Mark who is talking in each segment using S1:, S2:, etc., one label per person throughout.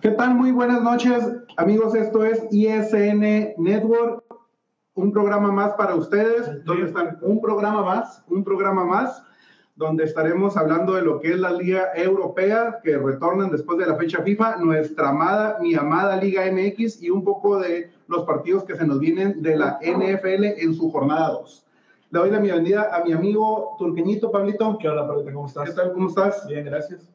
S1: ¿Qué tal? Muy buenas noches, amigos. Esto es ISN Network, un programa más para ustedes. ¿Dónde están? Un programa más, un programa más, donde estaremos hablando de lo que es la Liga Europea, que retornan después de la fecha FIFA, nuestra amada, mi amada Liga MX y un poco de los partidos que se nos vienen de la NFL en su jornada 2. Le doy la bienvenida a mi amigo turqueñito, Pablito.
S2: ¿Qué onda, Pablito? ¿Cómo
S1: ¿Qué
S2: estás?
S1: tal? ¿Cómo estás?
S2: Bien, gracias.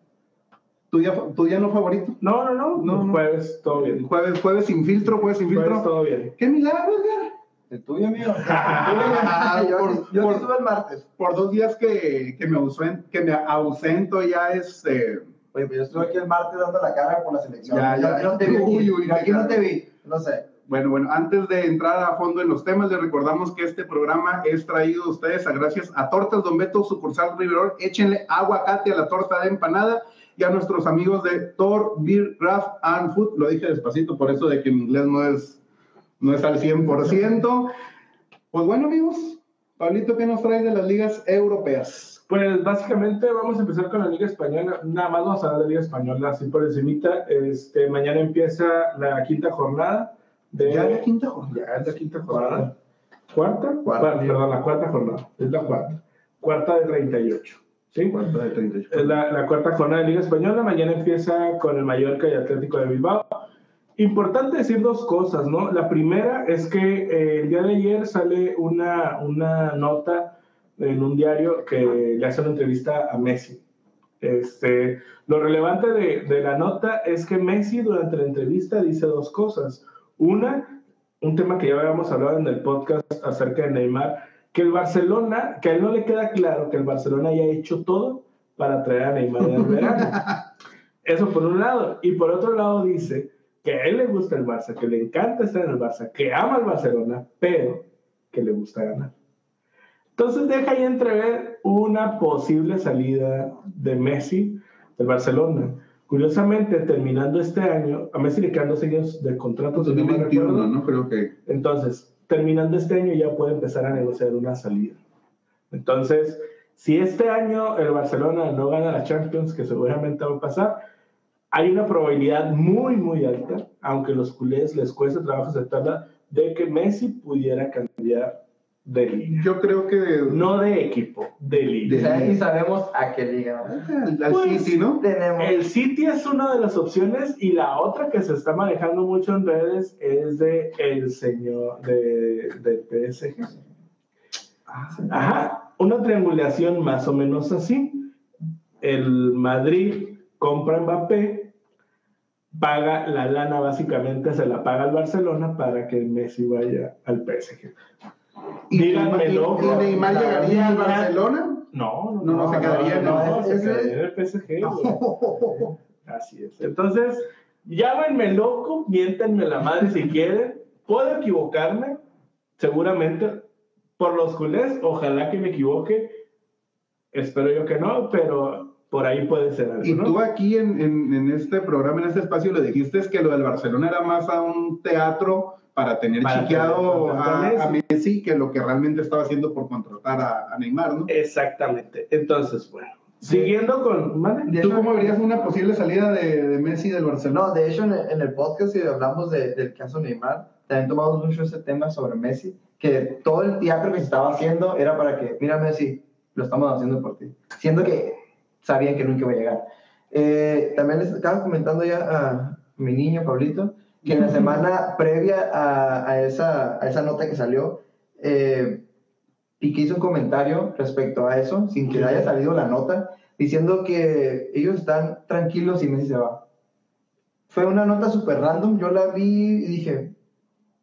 S1: ¿Tu día, tu día no favorito?
S2: No, no, no,
S1: No, no.
S2: Jueves, todo bien.
S1: Jueves, jueves sin filtro, jueves sin filtro.
S2: Jueves, todo bien.
S1: ¡Qué milagro, Edgar!
S3: El tuyo, amigo.
S1: Ah,
S3: yo
S1: por-
S3: yo
S1: por-
S3: te tuve el martes.
S1: Por dos días que, que me, ausuen- que me ausento ya es... eh,
S3: Oye, pues yo estuve aquí el martes dando la cara por la selección.
S1: Ya,
S3: Yo
S1: ya.
S3: aquí no te vi.
S1: Uy, uy,
S3: yo aquí
S1: claro.
S3: no te vi. No sé.
S1: bueno, bueno, antes de entrar a fondo en los temas, les recordamos que este programa es traído a ustedes a gracias a Tortas Don Beto, sucursal Riverol. Échenle aguacate a la torta de empanada y a nuestros amigos de Tor Beer Craft and Food. Lo dije despacito por eso de que mi inglés no es, no es al 100%. Pues bueno, amigos, Pablito, ¿qué nos traes de las ligas europeas?
S2: Pues básicamente vamos a empezar con la Liga Española. Nada más vamos a hablar de Liga Española, así por encimita. Este, mañana empieza la quinta jornada. De,
S1: Ya la quinta jornada.
S2: Ya es la quinta jornada. ¿Cuarta?
S3: Cuarta.
S2: Bueno, perdón, la cuarta jornada. Es la cuarta. Cuarta de 38. ¿Sí?
S1: Cuarta de 38.
S2: Es Eh, la, la cuarta jornada de Liga Española. Mañana empieza con el Mallorca y Atlético de Bilbao. Importante decir dos cosas, ¿no? La primera es que eh, el día de ayer sale una, una nota en un diario que le hace una entrevista a Messi. Este, lo relevante de, de la nota es que Messi durante la entrevista dice dos cosas. Una, un tema que ya habíamos hablado en el podcast acerca de Neymar, que el Barcelona, que a él no le queda claro que el Barcelona haya hecho todo para traer a Neymar en el verano. Eso por un lado. Y por otro lado dice que a él le gusta el Barça, que le encanta estar en el Barça, que ama el Barcelona, pero que le gusta ganar. Entonces deja ahí entrever una posible salida de Messi del Barcelona. Curiosamente, terminando este año, a Messi le quedan dos años de
S1: Pues,
S2: contrato. si no me
S1: 2021,
S2: recuerdo.
S1: ¿no? Creo que.
S2: Entonces, terminando este año ya puede empezar a negociar una salida. Entonces, si este año el Barcelona no gana la Champions, que seguramente va a pasar, hay una probabilidad muy, muy alta, aunque los culés les cuesta trabajo aceptarla, de que Messi pudiera cambiar de liga.
S1: Yo creo que.
S2: No de equipo, de
S3: Y
S2: liga.
S1: De-
S3: sabe- y sabemos a qué liga. ¿no?
S1: Al, al
S2: Pues,
S1: City, ¿no?
S3: Tenemos.
S2: El City es una de las opciones y la otra que se está manejando mucho en redes es de el señor de, del PSG. Ajá, una triangulación más o menos así. El Madrid compra a Mbappé, paga la lana, básicamente se la paga al Barcelona para que Messi vaya al PSG.
S1: Y, y-
S2: Díganmelo.
S1: y Neymar llegaría al Barcelona.
S2: No, no,
S1: No, no se quedaría,
S2: no,
S3: no,
S2: se
S3: ese-
S2: quedaría en el PSG. güey. Así es. Entonces, llámenme loco, miéntenme la madre si quieren. Puedo equivocarme, seguramente, por los culés. Ojalá que me equivoque. Espero yo que no, pero por ahí puede ser algo,
S1: Y
S2: ¿no?
S1: tú aquí en, en- en este programa, en este espacio, le dijiste es que lo del Barcelona era más a un teatro para tener
S2: Para
S1: chiqueado
S2: tener
S1: a,
S2: contratado
S1: a Messi que lo que realmente estaba haciendo por contratar a, a Neymar, ¿no?
S2: Exactamente. Entonces, bueno. Siguiendo con... ¿Mande?
S3: De
S1: ¿Tú
S3: hecho- eh,
S1: cómo verías una posible salida de, de Messi del Barcelona?
S3: No, de hecho, en el, en el podcast que hablamos de- del caso Neymar, también tomamos mucho ese tema sobre Messi, que todo el teatro que se estaba haciendo era para que, mira Messi, lo estamos haciendo por ti, siendo que sabían que nunca iba a llegar. Eh, también les estaba comentando ya a mi niño Pablito, que en la semana previa a, a esa, a esa nota que salió, eh, Piqué hizo un comentario respecto a eso, sin que le haya salido la nota, diciendo que ellos están tranquilos y Messi se va fue una nota súper random. Yo la vi y dije,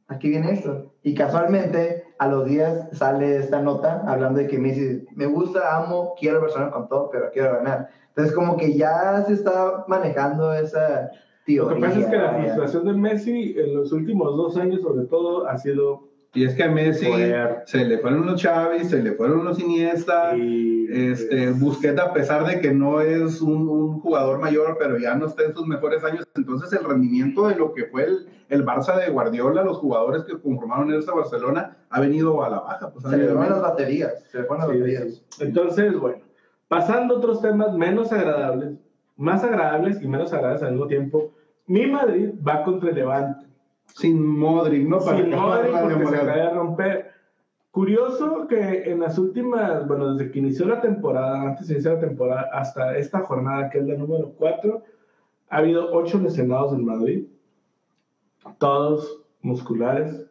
S3: aquí viene esto. Y casualmente, a los días sale esta nota hablando de que me dice, me gusta, amo, quiero al Barcelona con todo, pero quiero ganar. Entonces, como que ya se está manejando esa
S2: Lo
S3: teoría.
S2: que pasa es que la
S3: vaya.
S2: frustración de Messi en los últimos dos años, sobre todo, ha sido
S1: Y es que a Messi
S2: Joder.
S1: se le fueron los Xavi, se le fueron los Iniesta.
S2: Y,
S1: Ah,
S2: pues,
S1: Este, Busquets, a pesar de que no es un, un jugador mayor, pero ya no está en sus mejores años, entonces el rendimiento de lo que fue el, el Barça de Guardiola, los jugadores que conformaron esa Barcelona, ha venido a la baja. Pues, ha
S3: Se le
S1: venido
S3: van las
S1: menos.
S3: baterías. Se le van las
S2: Sí,
S3: baterías.
S2: Entonces, bueno, pasando a otros temas menos agradables, más agradables y menos agradables al mismo tiempo, mi Madrid va contra el Levante.
S1: Sin Modric, ¿no? Para
S2: Sin
S1: acabar
S2: Modric
S1: la
S2: porque se
S1: temporada.
S2: acaba de romper. Curioso que en las últimas, bueno, desde que inició la temporada, antes de iniciar la temporada, hasta esta jornada, que es la número 4, ha habido 8 lesionados en Madrid, todos musculares.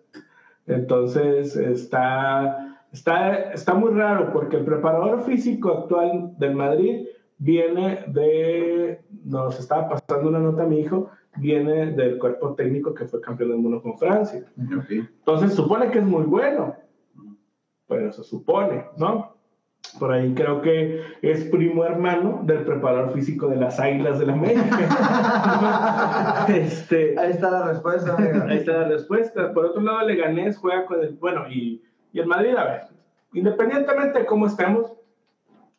S2: Entonces está, está, está muy raro porque el preparador físico actual del Madrid viene de, nos estaba pasando una nota a mi hijo, viene del cuerpo técnico que fue campeón del mundo con Francia.
S1: Ok.
S2: Entonces supone que es muy bueno, pero se supone, ¿no? Por ahí creo que es primo hermano del preparador físico de las Águilas de la América. este,
S3: Ahí está la respuesta.
S2: ahí está la respuesta. Por otro lado, Leganés juega con el, bueno, y, y el Madrid, a ver, independientemente de cómo estemos,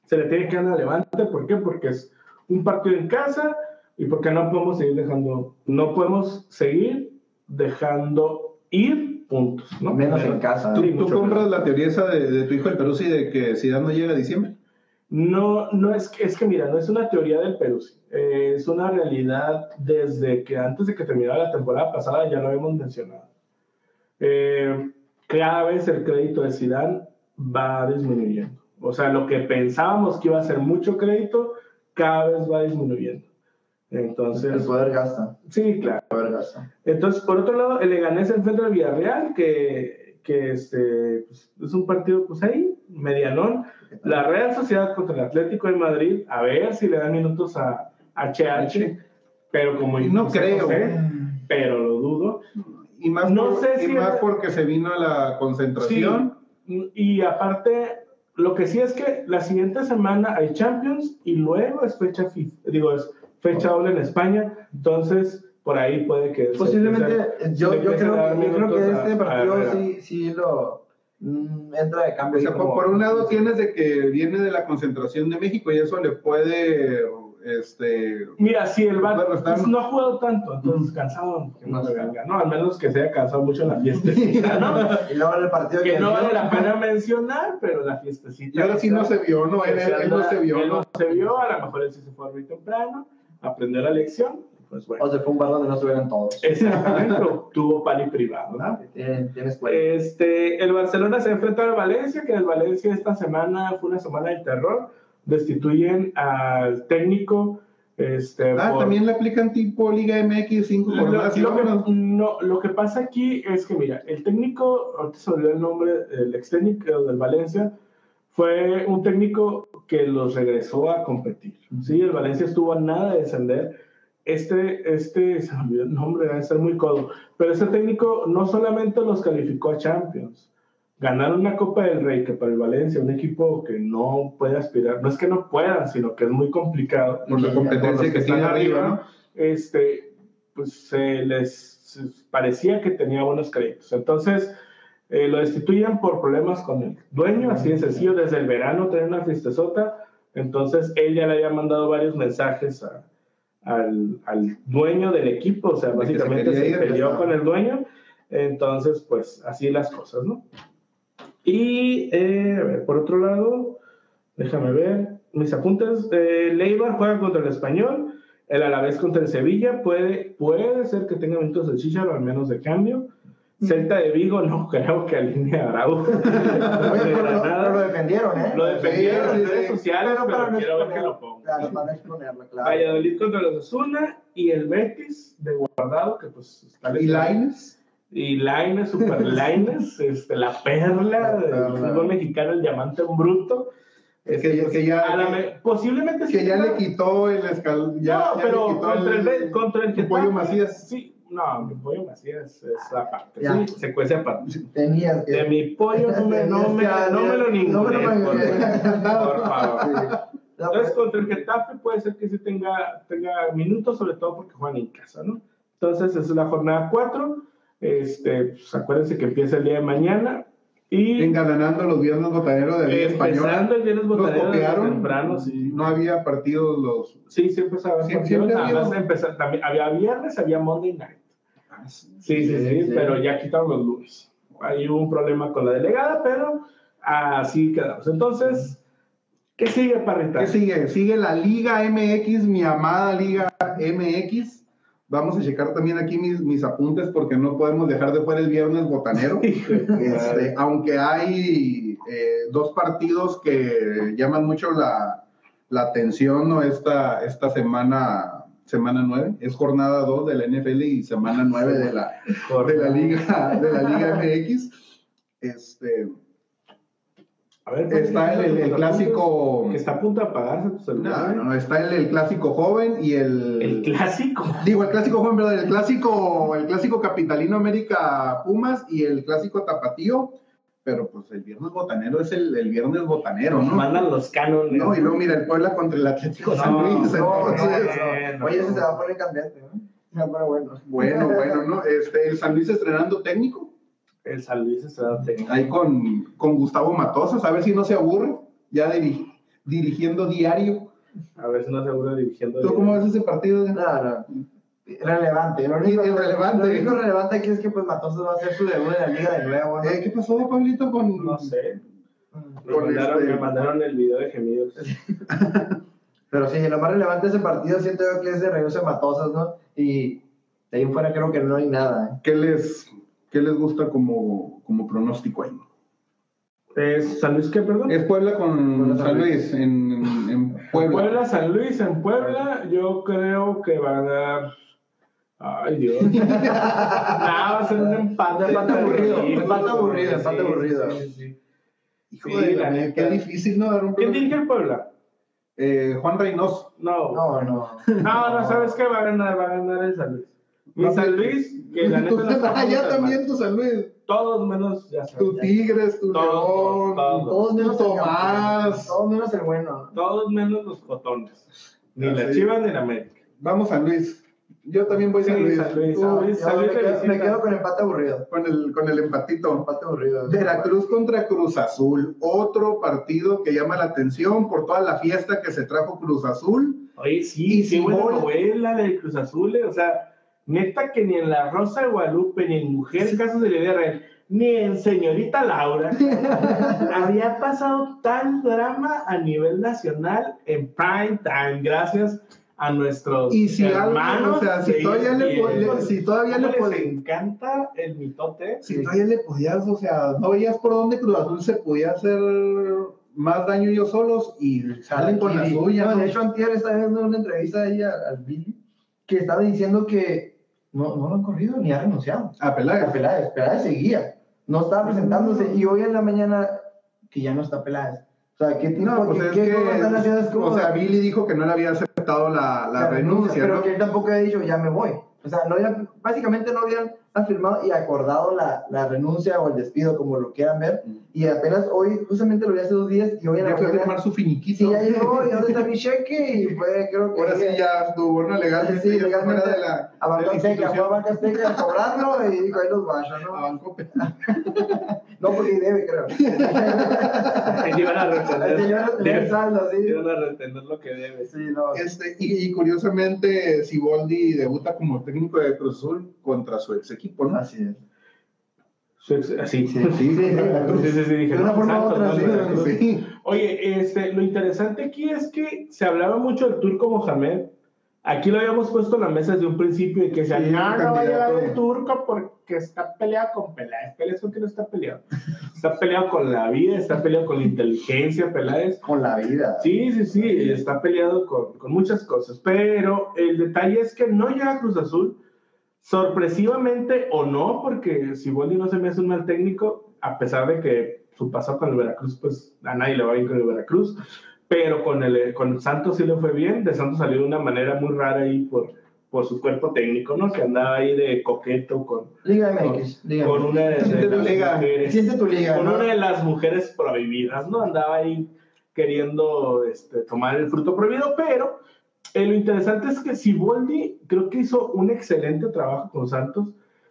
S2: se le tiene que dar a Levante. ¿Por qué? Porque es un partido en casa y porque no podemos seguir dejando, no podemos seguir dejando ir puntos, ¿no?
S3: Menos
S2: Pero-
S3: en casa. ¿eh?
S1: ¿Tú,
S2: Sí,
S1: tú
S2: mucho
S1: compras
S2: menos.
S1: la teoría esa de, de tu hijo el Peruzzi de que Zidane no llega a diciembre?
S2: No, no es que, es que mira, no es una teoría del Perú, sí. Eh, es una realidad desde que antes de que terminara la temporada pasada ya lo habíamos mencionado. Eh, cada vez el crédito de Zidane va disminuyendo. O sea, lo que pensábamos que iba a ser mucho crédito, cada vez va disminuyendo.
S3: El
S2: Entonces,
S3: poder gasta.
S2: sí, claro.
S3: El poder gasta.
S2: Entonces, por otro lado, el Leganés enfrenta al Villarreal, que, que este, pues, es un partido, pues ahí, medianón. La Real Sociedad contra el Atlético de Madrid, a ver si le dan minutos a HH, pero como
S1: No
S2: sé,
S1: creo.
S2: sé,
S3: Mm,
S2: pero lo dudo.
S1: Y más,
S2: No
S1: por-
S2: sé
S1: y
S2: si-
S1: más porque se vino a la concentración.
S2: Y aparte, lo que sí es que la siguiente semana hay Champions y luego es fecha FIFA, digo, es fecha doble en España, entonces por ahí puede que... se empiece-
S3: Posiblemente, eh, yo, yo,
S2: empieza a
S3: creo,
S2: dar
S3: que- yo creo que
S2: minutos a-
S3: este
S2: a
S3: partido
S2: Herrera.
S3: sí, sí lo mm, entra de cambio.
S1: O sea,
S3: ahí
S1: por,
S3: como-
S1: por un lado tienes de que viene de la concentración de México y eso le puede, este,
S2: Mira, sí, el vato
S1: Bueno, está-
S2: pues, no ha jugado tanto, entonces cansado, que no se venga, ¿no? Al menos que se haya cansado mucho en la fiestecita, ¿no?
S3: Y luego el partido
S2: que no
S3: dio,
S2: vale la pena mencionar, pero la fiestecita.
S1: y ahora sí no se vio, ¿no? Él,
S2: Él,
S1: él- él no se vio,
S2: él
S1: ¿no?
S2: no se vio, a lo mejor él sí se fue muy temprano, aprendió la lección, pues
S3: O
S2: bueno.
S3: se fue un bar donde no estuvieran todos.
S2: Exactamente, tuvo pali privado, ¿verdad?
S3: Tienes, tienes cuenta.
S2: Este, el Barcelona se enfrenta al Valencia, que el Valencia esta semana fue una semana de terror. Destituyen al técnico. Este,
S1: Ah,
S2: por-
S1: también le aplican tipo Liga MX 5
S2: Lo,
S1: jornadas y
S2: lo que,
S1: vámonos.
S2: no, lo que pasa aquí es que, mira, el técnico, ahorita se olvidó el nombre, el ex técnico del Valencia, fue un técnico que los regresó a competir. Sí, el Valencia estuvo a nada de descender. Este, este, se me olvidó el nombre, debe ser muy codo. Pero este técnico no solamente los calificó a Champions, ganaron una Copa del Rey, que para el Valencia, un equipo que no puede aspirar, no es que no puedan, sino que es muy complicado
S1: Por la competencia
S2: por los
S1: que, tiene
S2: están
S1: arriba, ¿no?
S2: este, pues se les se- parecía que tenía buenos créditos. Entonces, eh, lo destituyen por problemas con el dueño, así de sencillo, desde el verano tenía una tristezota. Entonces, él ya le había mandado varios mensajes a- al, al dueño del equipo, o sea,
S1: De que se
S2: básicamente
S1: quería
S2: se,
S1: ir, ya
S2: peleó
S1: estaba.
S2: con el dueño. Entonces, pues así las cosas, ¿no? Y, eh, a ver, por otro lado, Déjame ver. Mis apuntes. Eh, Leibar juega contra el Español. El Alavés contra el Sevilla. Puede, puede ser que tenga minutos el Chicharo, al menos de cambio. Celta de Vigo, no creo que alinee a Araujo. De
S3: Oye, pero lo, pero lo
S2: Granada.
S3: defendieron, ¿eh?
S2: Lo
S1: Sí,
S2: defendieron
S1: sí,
S2: en redes
S1: sí.
S2: sociales, pero,
S3: para no
S2: quiero ver que
S3: exponerlo.
S2: lo ponga.
S3: Claro, para no exponerlo, claro.
S2: Valladolid contra los Osuna y el Betis de Guardado, que pues está
S1: Y
S2: lesionado.
S1: Lines,
S2: Y Laines, Super Laines, este, la perla
S3: La
S2: del
S3: perla.
S2: fútbol mexicano, el diamante en bruto.
S1: Es que- es que ya-
S2: a la me- posiblemente sí
S1: que ya
S2: tenga-
S1: le quitó el escal... Ya,
S2: no,
S1: ya le
S2: pero
S1: quitó
S2: contra el, Be- contra el
S1: el pollo
S2: Getafe,
S1: Macías. Ah,
S2: Sí, no, mi pollo Macías es aparte.
S3: Ya.
S2: Sí, se cuece aparte.
S3: Tenías que.
S2: De mi pollo no me, no me, no me lo
S3: No me lo
S2: ningunees, por,
S3: ningunees.
S2: por
S3: Sí.
S2: favor.
S3: No,
S2: Entonces,
S3: pues, pero-
S2: contra el Getafe puede ser que sí tenga, tenga minutos, sobre todo porque juegan en casa, ¿no? Entonces, es la jornada 4. Este, pues, acuérdense que empieza el día de mañana. Y
S1: Engalanando los viernes botaneros de la Liga Española.
S2: empezando el viernes botanero desde
S1: copiaron.
S2: temprano, sí.
S1: No había partidos los.
S2: Sí, sí empezaba.
S1: Sí,
S2: porque
S1: siempre
S2: nada
S1: había-
S2: más empezaba- también había viernes, había Monday night.
S1: Ah,
S2: Sí, sí, sí,
S3: Sí, sí.
S2: pero ya quitaron los lunes. Ahí hubo un problema con la delegada, pero así quedamos. Entonces, ¿qué sigue, Parrita?
S1: ¿Qué sigue? Sigue la Liga MX, mi amada Liga MX. Vamos a checar también aquí mis, mis apuntes porque no podemos dejar de fuera el viernes botanero. Este, aunque hay eh, dos partidos que llaman mucho la, la atención ¿no? esta, esta semana, semana 9, es jornada 2 de la NFL y semana 9 de la, de la, Liga, de la Liga MX. Este,
S2: A ver, pues, Parrita,
S1: está el, el- el clásico...
S2: Que está a punto de apagarse tu celular.
S1: No,
S2: ¿eh?
S1: no, no, está el, el clásico joven y el...
S2: El clásico.
S1: Digo, el clásico joven, ¿verdad? El clásico, el clásico capitalino América Pumas y el clásico tapatío. Pero pues el viernes botanero es el, el viernes botanero, ¿no?
S2: Mandan los cánones.
S1: No, y luego mira el Puebla contra el Atlético San
S2: No,
S1: Luis.
S3: No, no,
S1: entonces,
S2: Bueno.
S3: no. Oye, eso se va a poner cambiante, ¿no? Se va a poner bueno.
S1: bueno, bueno, ¿no? Este, el San Luis estrenando técnico,
S2: El San Luis está teniendo.
S1: ahí con, con Gustavo Matosas, a ver si no se aburre, ya diri- dirigiendo diario.
S2: A ver si no se aburre dirigiendo.
S1: ¿Tú cómo ves ese partido?
S3: No, no. Relevante. Lo único,
S1: Irrelevante.
S3: Lo único relevante aquí es que pues Matosas va a hacer su debut en la liga de nuevo, ¿no?
S1: Eh, ¿Qué pasó, Pablito, con...?
S2: No sé. Me
S1: Con
S2: mandaron,
S1: este-
S2: me mandaron el video de gemidos.
S3: Pero sí, lo más relevante de ese partido siento yo que es de regreso de Matosas, ¿no? Y de ahí en fuera creo que no hay nada, ¿eh?
S1: ¿Qué les, qué les gusta como, como pronóstico ahí?
S2: ¿Es San Luis qué, perdón?
S1: Es Puebla con
S3: Puebla,
S1: San
S3: San
S1: Luis, en, en- en Puebla. Ah.
S2: Puebla, San Luis, en Puebla, yo creo que van a dar. Ay, Dios. Nada, va a ser un empate.
S3: Un empate aburrido,
S2: terrible.
S3: un empate aburrido,
S2: Sí,
S3: empate aburrido.
S2: sí, sí.
S1: Hijo
S2: Sí,
S1: de
S2: la
S1: la
S2: neta.
S1: qué difícil, ¿no? Dar un
S2: ¿Quién
S1: pro-
S2: dirige el Puebla?
S1: Eh, Juan Reynoso.
S2: No. No,
S3: ¿no? No, no.
S2: no, ¿sabes qué? Va a ganar, va a ganar el San Luis. Mi
S1: No,
S2: San
S1: sí.
S2: Luis, que la neta no está
S1: Ah, ya
S2: jugando tan
S1: también
S2: mal.
S1: tu San Luis.
S2: Todos menos, ya sabes.
S1: Tu
S2: ya.
S1: Tigres, tu
S2: Todos,
S1: León,
S2: todos.
S3: Todos menos
S1: tu
S3: el campeón,
S1: Tomás.
S3: Todos menos el bueno.
S2: Todos menos los cotones. Ni
S1: Ya
S2: la
S1: sé.
S2: Chivas ni la América.
S1: Vamos San Luis. Yo también voy
S2: Sí,
S1: San Luis.
S2: San Luis.
S1: Tú,
S2: Ah,
S3: Yo
S2: Luis, San Luis
S3: me, quedo,
S2: felicita.
S3: me quedo con empate aburrido.
S1: con, el, con el empatito.
S3: Empate aburrido.
S1: Veracruz contra Cruz Azul. Otro partido que llama la atención por toda la fiesta que se trajo Cruz Azul.
S2: Oye, sí,
S1: Y
S2: qué
S1: sin
S2: buena
S1: gol.
S2: novela de Cruz Azul, eh, o sea, neta que ni en La Rosa de Guadalupe, ni en Mujer Casos de Real, ni en Señorita Laura, había pasado tal drama a nivel nacional en prime time, gracias a nuestros
S1: Y si algo,
S2: hermanos.
S1: o sea, si
S2: de
S1: todavía le
S2: ESPN.
S1: po- le- si todavía
S2: ¿Cómo
S1: le
S2: les
S1: pueden-
S2: encanta el mitote.
S1: Si todavía le podías, o sea, no veías por dónde Cruz Azul se podía hacer más daño ellos solos y salen con la
S3: Y-
S1: suya.
S3: no,
S1: ¿no?
S3: de hecho, Antier estaba viendo una entrevista ahí al, al Billy que estaba diciendo que no, no lo han corrido ni ha renunciado.
S1: A Peláez.
S3: A Peláez, Peláez seguía. No estaba presentándose.
S1: Mm.
S3: Y hoy en la mañana que ya no está Peláez. O sea, ¿qué tipo
S1: No, pues
S3: qué,
S1: es
S3: qué
S1: que,
S3: cosas están haciendo? Es como
S1: o sea, Billy dijo que no le había aceptado la, la renuncia,
S3: Pero
S1: ¿no?
S3: que él tampoco había dicho, ya me voy. O sea, no habían- básicamente no habían afirmado y acordado la, la renuncia o el despido, como lo quieran ver.
S1: Mm.
S3: Y apenas hoy, justamente lo vi hace dos días, y hoy en la
S1: Ya fue a
S3: mañana-
S1: firmar su finiquito.
S3: Sí, ya llegó, y dónde está mi cheque, y fue, creo que...
S1: Ahora sí ya estuvo, ¿no? Legalmente,
S3: Sí,
S1: ya
S3: legalmente,
S1: fuera de la,
S3: a
S1: de la
S3: Banca Azteca, fue a
S1: institución.
S3: Banca Azteca a cobrarlo y dijo, ahí los guachos,
S1: A
S2: Ah.
S3: ¿no?
S1: Banco Pe-
S3: No, porque debe, creo.
S2: Te iban a retener,
S3: Te iban a retener
S2: te-
S3: saldo, sí.
S2: te iban a retener lo que debes.
S3: Sí, no.
S1: Este, y, y curiosamente, Siboldi debuta como técnico de Cruz Azul contra su ex equipo, ¿no?
S3: Así es.
S2: Así,
S3: Sí, sí, sí, Veracruz.
S2: Sí, sí, sí, dije,
S3: De una
S2: no,
S3: forma u
S2: santo,
S3: otra,
S2: no,
S3: Ah, sí,
S2: Veracruz.
S3: Veracruz.
S1: Sí.
S2: Oye, este, lo interesante aquí es que se hablaba mucho del turco Mohamed. Aquí lo habíamos puesto en la mesa desde un principio y que se
S1: Sí,
S2: no, no va a llegar
S1: candidato".
S2: el turco porque está peleado con Peláez. Peláez con que no está peleado. Está peleado con la vida, está peleado con la inteligencia, Peláez.
S3: Con la vida.
S2: Sí, sí, sí, y está peleado con, con muchas cosas. Pero el detalle es que no llega a Cruz Azul, sorpresivamente o no, porque si Boldi no se me hace un mal técnico, a pesar de que su pasado con el Veracruz, pues a nadie le va bien con el Veracruz, pero con el con Santos sí le fue bien. De Santos salió de una manera muy rara ahí por, por su cuerpo técnico, ¿no? Que andaba ahí de coqueto con,
S3: Liga MX, Liga
S2: con
S3: MX.
S2: una de, de las
S1: Liga.
S2: mujeres
S3: Sí, es de tu liga,
S2: con
S3: ¿no?
S2: una de las mujeres prohibidas, ¿no? Andaba ahí queriendo este, tomar el fruto prohibido, pero eh, lo interesante es que Siboldi creo que hizo un excelente trabajo con Santos.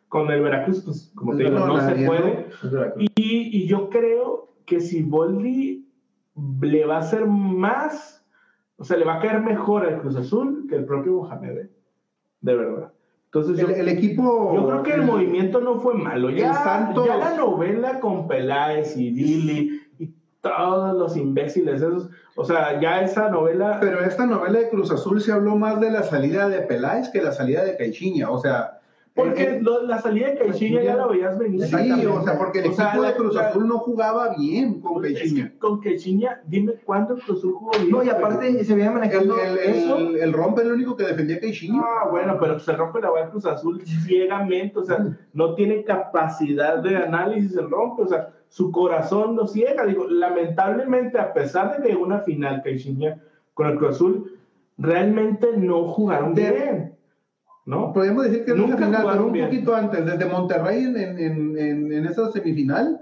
S2: Con el Veracruz, pues como
S3: Es
S2: te digo,
S3: verdad,
S2: no se
S3: nadie,
S2: puede.
S3: Es Veracruz.
S2: Y, y yo creo que si Boldi le va a hacer más, o sea, le va a caer mejor al Cruz Azul que el propio Mohamed, ¿eh? de verdad. Entonces Pues yo,
S1: El, el equipo.
S2: yo creo que el movimiento no fue malo. Oh, Ya,
S1: El Santos-
S2: ya la novela con Peláez y Dili y todos los imbéciles esos, o sea, ya esa novela...
S1: Pero esta novela de Cruz Azul se habló más de la salida de Peláez que la salida de Caixinha. O sea.
S2: Porque
S1: eh,
S2: lo- la salida de Caixinha ya la veías venir.
S1: sí, o sea, porque el
S2: O sea,
S1: equipo
S2: la-
S1: de Cruz
S2: la- Pues,
S1: Azul no jugaba bien con
S2: Es
S1: Caixinha.
S2: que con Caixinha, dime cuándo Cruz Azul jugó bien.
S3: No, y aparte se veía
S1: El,
S3: manejando
S1: el,
S3: eso.
S1: el, el rompe el único que defendía a Caixinha.
S2: Ah, bueno, pero se rompe la Cruz Azul ciegamente, o sea, no tiene capacidad de análisis, se rompe, o sea, su corazón lo ciega. Digo, lamentablemente, a pesar de que una final Caixinha con el Cruz Azul, realmente no jugaron
S1: De- pues,
S2: bien, ¿no?
S1: Podríamos decir que nunca
S2: Nunca
S1: final, pero
S2: jugaron
S1: un
S2: bien.
S1: poquito antes, desde Monterrey en, en, en, en, en esa semifinal,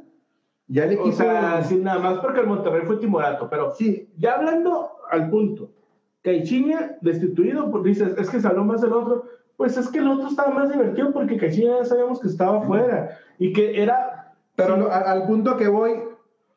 S1: ya el equipo.
S2: O sea, sin nada más porque el Monterrey fue timorato, pero
S3: Sí,
S2: ya hablando al punto, Caixinha destituido, pues dices, es que se habló más del otro, pues es que el otro estaba más divertido porque Caixinha ya sabíamos que estaba afuera y que era...
S1: Pero lo- a- al punto que voy,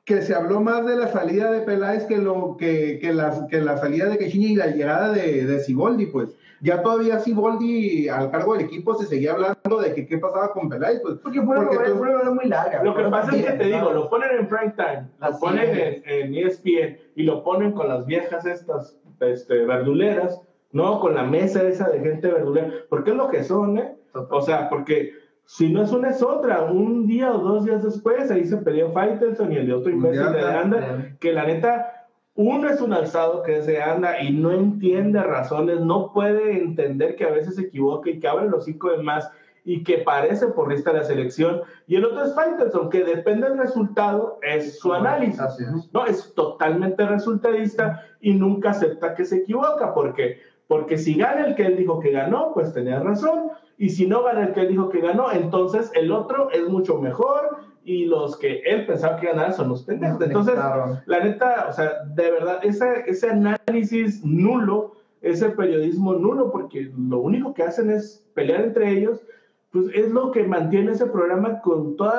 S1: que se habló más de la salida de Peláez que, lo, que, que, la, que la salida de Quechiña y la llegada de, de Siboldi, pues. Ya todavía Siboldi al cargo del equipo se seguía hablando de que qué pasaba con Peláez, pues.
S3: porque fue una
S1: Porque
S3: novela-
S1: tú-
S3: fue una novela muy larga.
S2: Lo que
S3: Fue
S2: pasa es que
S3: rápida,
S2: te digo,
S3: ¿no?
S2: lo ponen en prime time, lo
S3: Así
S2: ponen
S3: es.
S2: en, en E ESPN y lo ponen con las viejas estas este, verduleras, ¿no? Con la mesa esa de gente verdulera, porque es lo que son, ¿eh? O sea, porque si no es una es otra, un día o dos días después ahí se peleó Faitelson y el de otro imbécil de
S1: Ya,
S2: Anda,
S3: ya.
S2: que la neta, uno es un alzado que es de Anda y no entiende razones, no puede entender que a veces se equivoca y que abre los cinco de más y que parece porrista de la selección, y el otro es Faitelson, que depende del resultado, es su análisis.
S3: Así es.
S2: No, es totalmente resultadista y nunca acepta que se equivoca. ¿Por qué? Porque si gana el que él dijo que ganó, pues tenía razón. Y si no gana el que él dijo que ganó, entonces el otro es mucho mejor y los que él pensaba que ganaran son los pendejos. Entonces,
S3: Claro.
S2: la neta, o sea, de verdad, ese, ese análisis nulo, ese periodismo nulo, porque lo único que hacen es pelear entre ellos, pues es lo que mantiene ese programa con todo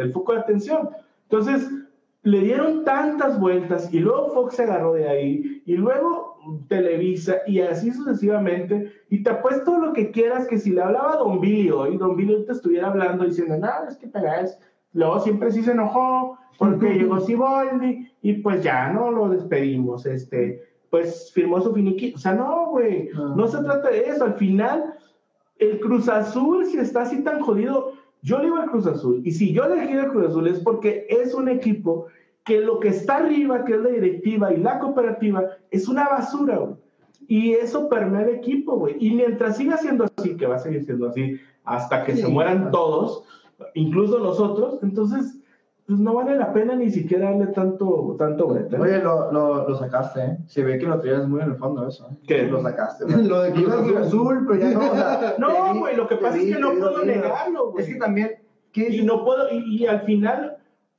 S2: el foco de atención. Entonces, le dieron tantas vueltas y luego Fox se agarró de ahí y luego Televisa y así sucesivamente. Y te apuesto lo que quieras que si le hablaba a Don Billy hoy, Don Billy te estuviera hablando diciendo, no, es que Peláez, luego siempre sí se enojó porque llegó Siboldi y pues ya no lo despedimos, este, pues firmó su finiquito. O sea, no, güey, no se trata de eso. Al final, el Cruz Azul, si está así tan jodido, yo le iba al Cruz Azul. Y si yo le quiero al Cruz Azul es porque es un equipo que lo que está arriba, que es la directiva y la cooperativa, es una basura, güey. Y eso permea el equipo, güey. Y mientras siga siendo así, que va a seguir siendo así hasta que
S3: Sí.
S2: se mueran todos, incluso nosotros, entonces pues no vale la pena ni siquiera darle tanto, tanto brete.
S3: Oye, lo, lo, lo sacaste, ¿eh? Se ve que lo traías muy en el fondo, eso. ¿eh?
S2: ¿Qué?
S3: Lo sacaste, güey.
S1: Lo de Cruz Azul.
S3: pero ya no. o sea, te
S2: No,
S3: vi-
S2: güey, lo que
S3: te
S2: pasa
S3: vi,
S2: es que no
S3: te vi,
S2: puedo
S3: te vi.
S2: negarlo, güey.
S3: Es que también, ¿qué
S2: y
S3: es?
S2: no puedo y, y al final